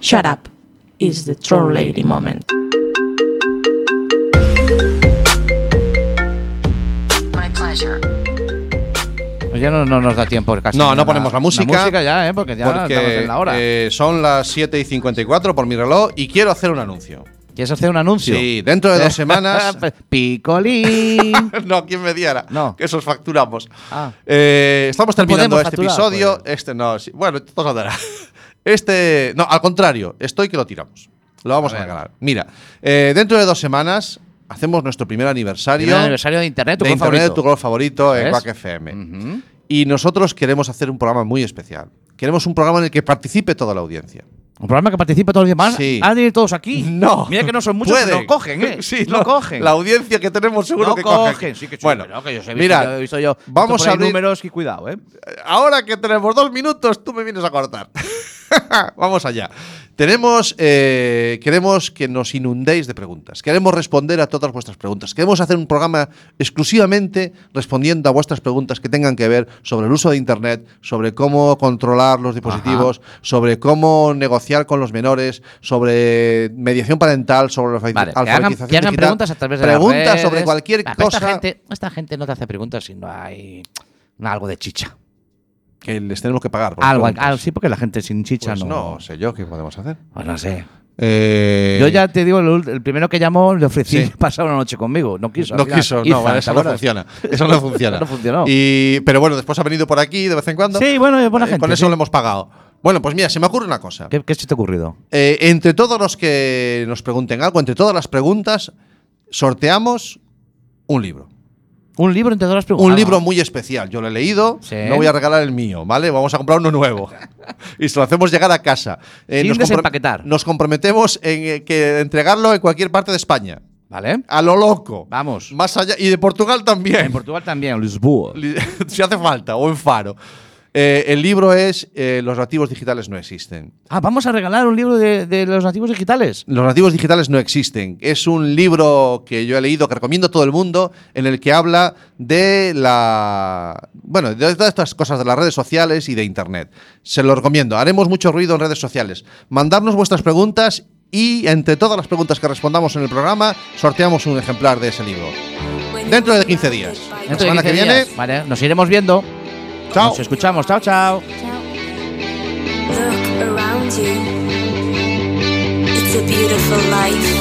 B: Shut up is the troll lady moment.
D: Pues ya no, no nos da tiempo casi.
C: No,
D: ni
C: no
D: a
C: ponemos la música.
D: música ya, ¿eh? Porque ya estamos
C: Porque
D: en la hora.
C: eh, son las 7 y 54 por mi reloj y quiero hacer un anuncio.
D: ¿Quieres hacer un anuncio? Pues,
C: Sí, dentro
D: [LAUGHS]
C: de dos semanas.
D: Picolín.
C: [LAUGHS] no, ¿quién me diera?
D: No.
C: Que esos facturamos.
D: Ah.
C: Eh, estamos terminando
D: podemos
C: este
D: facturar, pues.
C: episodio.
D: joder.
C: Este no, sí. bueno, todo saldrá. [LAUGHS] Este, no, al contrario, estoy que lo tiramos. Lo vamos
D: A
C: a,
D: ver.
C: ganar. Mira, eh, dentro de dos semanas hacemos nuestro primer aniversario.
D: Primer aniversario de Internet, tu
C: de
D: color
C: Internet de
D: favorito.
C: tu color favorito en
D: ¿Ves?
C: Quack FM.
D: Ujú.
C: Y nosotros queremos hacer un programa muy especial. Queremos un programa en el que participe toda la audiencia.
D: Un programa que participa todos los demás.
C: Sí.
D: Han de ir todos aquí.
C: No.
D: Mira que no son muchos,
C: Pueden.
D: pero cogen, ¿eh?
C: [LAUGHS] Sí,
D: lo
C: no,
D: cogen.
C: La audiencia que tenemos seguro
D: no
C: que
D: cogen.
C: cogen.
D: sí que sí,
C: bueno,
D: pero que yo os he visto,
C: mira,
D: yo he visto yo.
C: vamos a
D: ver
C: abrir,
D: números que cuidado, ¿eh?
C: Ahora que tenemos dos minutos, tú me vienes a cortar. [LAUGHS] vamos allá. Tenemos, eh, queremos que nos inundéis de preguntas. Queremos responder a todas vuestras preguntas. Queremos hacer un programa exclusivamente respondiendo a vuestras preguntas que tengan que ver sobre el uso de Internet, sobre cómo controlar los dispositivos, sobre cómo negociar con los menores, sobre mediación parental, sobre la
D: Vale, que
C: alfabetización
D: hagan, que hagan
C: digital.
D: preguntas a través de
C: Preguntas
D: las redes.
C: sobre cualquier
D: Ah, pero
C: cosa.
D: Esta gente, esta gente no te hace preguntas si no hay algo de chicha.
C: que les tenemos que pagar. por
D: Algo,
C: preguntas.
D: ah, sí, porque la gente sin chicha
C: Pues
D: no.
C: no, sé yo qué podemos hacer.
D: Pues no sé.
C: Eh,
D: Yo ya te digo, el, ul- el primero que llamó le ofrecí
C: Sí.
D: [LAUGHS] pasar una noche conmigo. No quiso.
C: No
D: al final.
C: quiso,
D: Izan,
C: no, vale,
D: ¿te
C: eso no
D: acuerdas?
C: funciona. Eso no funciona.
D: [LAUGHS] No funcionó.
C: Y, pero bueno, después ha venido por aquí de vez en cuando.
D: Sí, bueno, es buena
C: Eh,
D: gente.
C: Con eso
D: sí.
C: lo hemos pagado. Bueno, pues mira, se me ocurre una cosa.
D: ¿Qué, qué se te ha ocurrido?
C: Eh, entre todos los que nos pregunten algo, entre todas las preguntas, sorteamos un libro.
D: Un libro entre todas las preguntas.
C: Un libro muy especial. Yo lo he leído,
D: Sí.
C: no voy a regalar el mío, ¿vale? Vamos a comprar uno
D: [LAUGHS]
C: nuevo. y se lo hacemos llegar a casa. Eh,
D: Sin
C: nos, compro-
D: desempaquetar.
C: nos comprometemos en eh, que entregarlo en cualquier parte de España.
D: ¿Vale?
C: A lo loco.
D: Vamos.
C: Más allá. Y de Portugal también.
D: En Portugal también, Lisboa.
C: [LAUGHS] Li- [LAUGHS] si hace falta, o en Faro. Eh, el libro es eh, Los nativos digitales no existen.
D: Ah, vamos a regalar un libro de, de los nativos digitales.
C: Los nativos digitales no existen. Es un libro que yo he leído, que recomiendo a todo el mundo, en el que habla de la. Bueno, de todas estas cosas de las redes sociales y de Internet. Se lo recomiendo. Haremos mucho ruido en redes sociales. Mandarnos vuestras preguntas y entre todas las preguntas que respondamos en el programa, sorteamos un ejemplar de ese libro. Dentro de 15 días. La
D: Dentro de
C: semana que
D: 15
C: viene.
D: días. Vale, nos iremos viendo.
C: Chao.
D: Nos escuchamos. Chao, chao.
K: Chao.
A: Look around you. It's a beautiful life.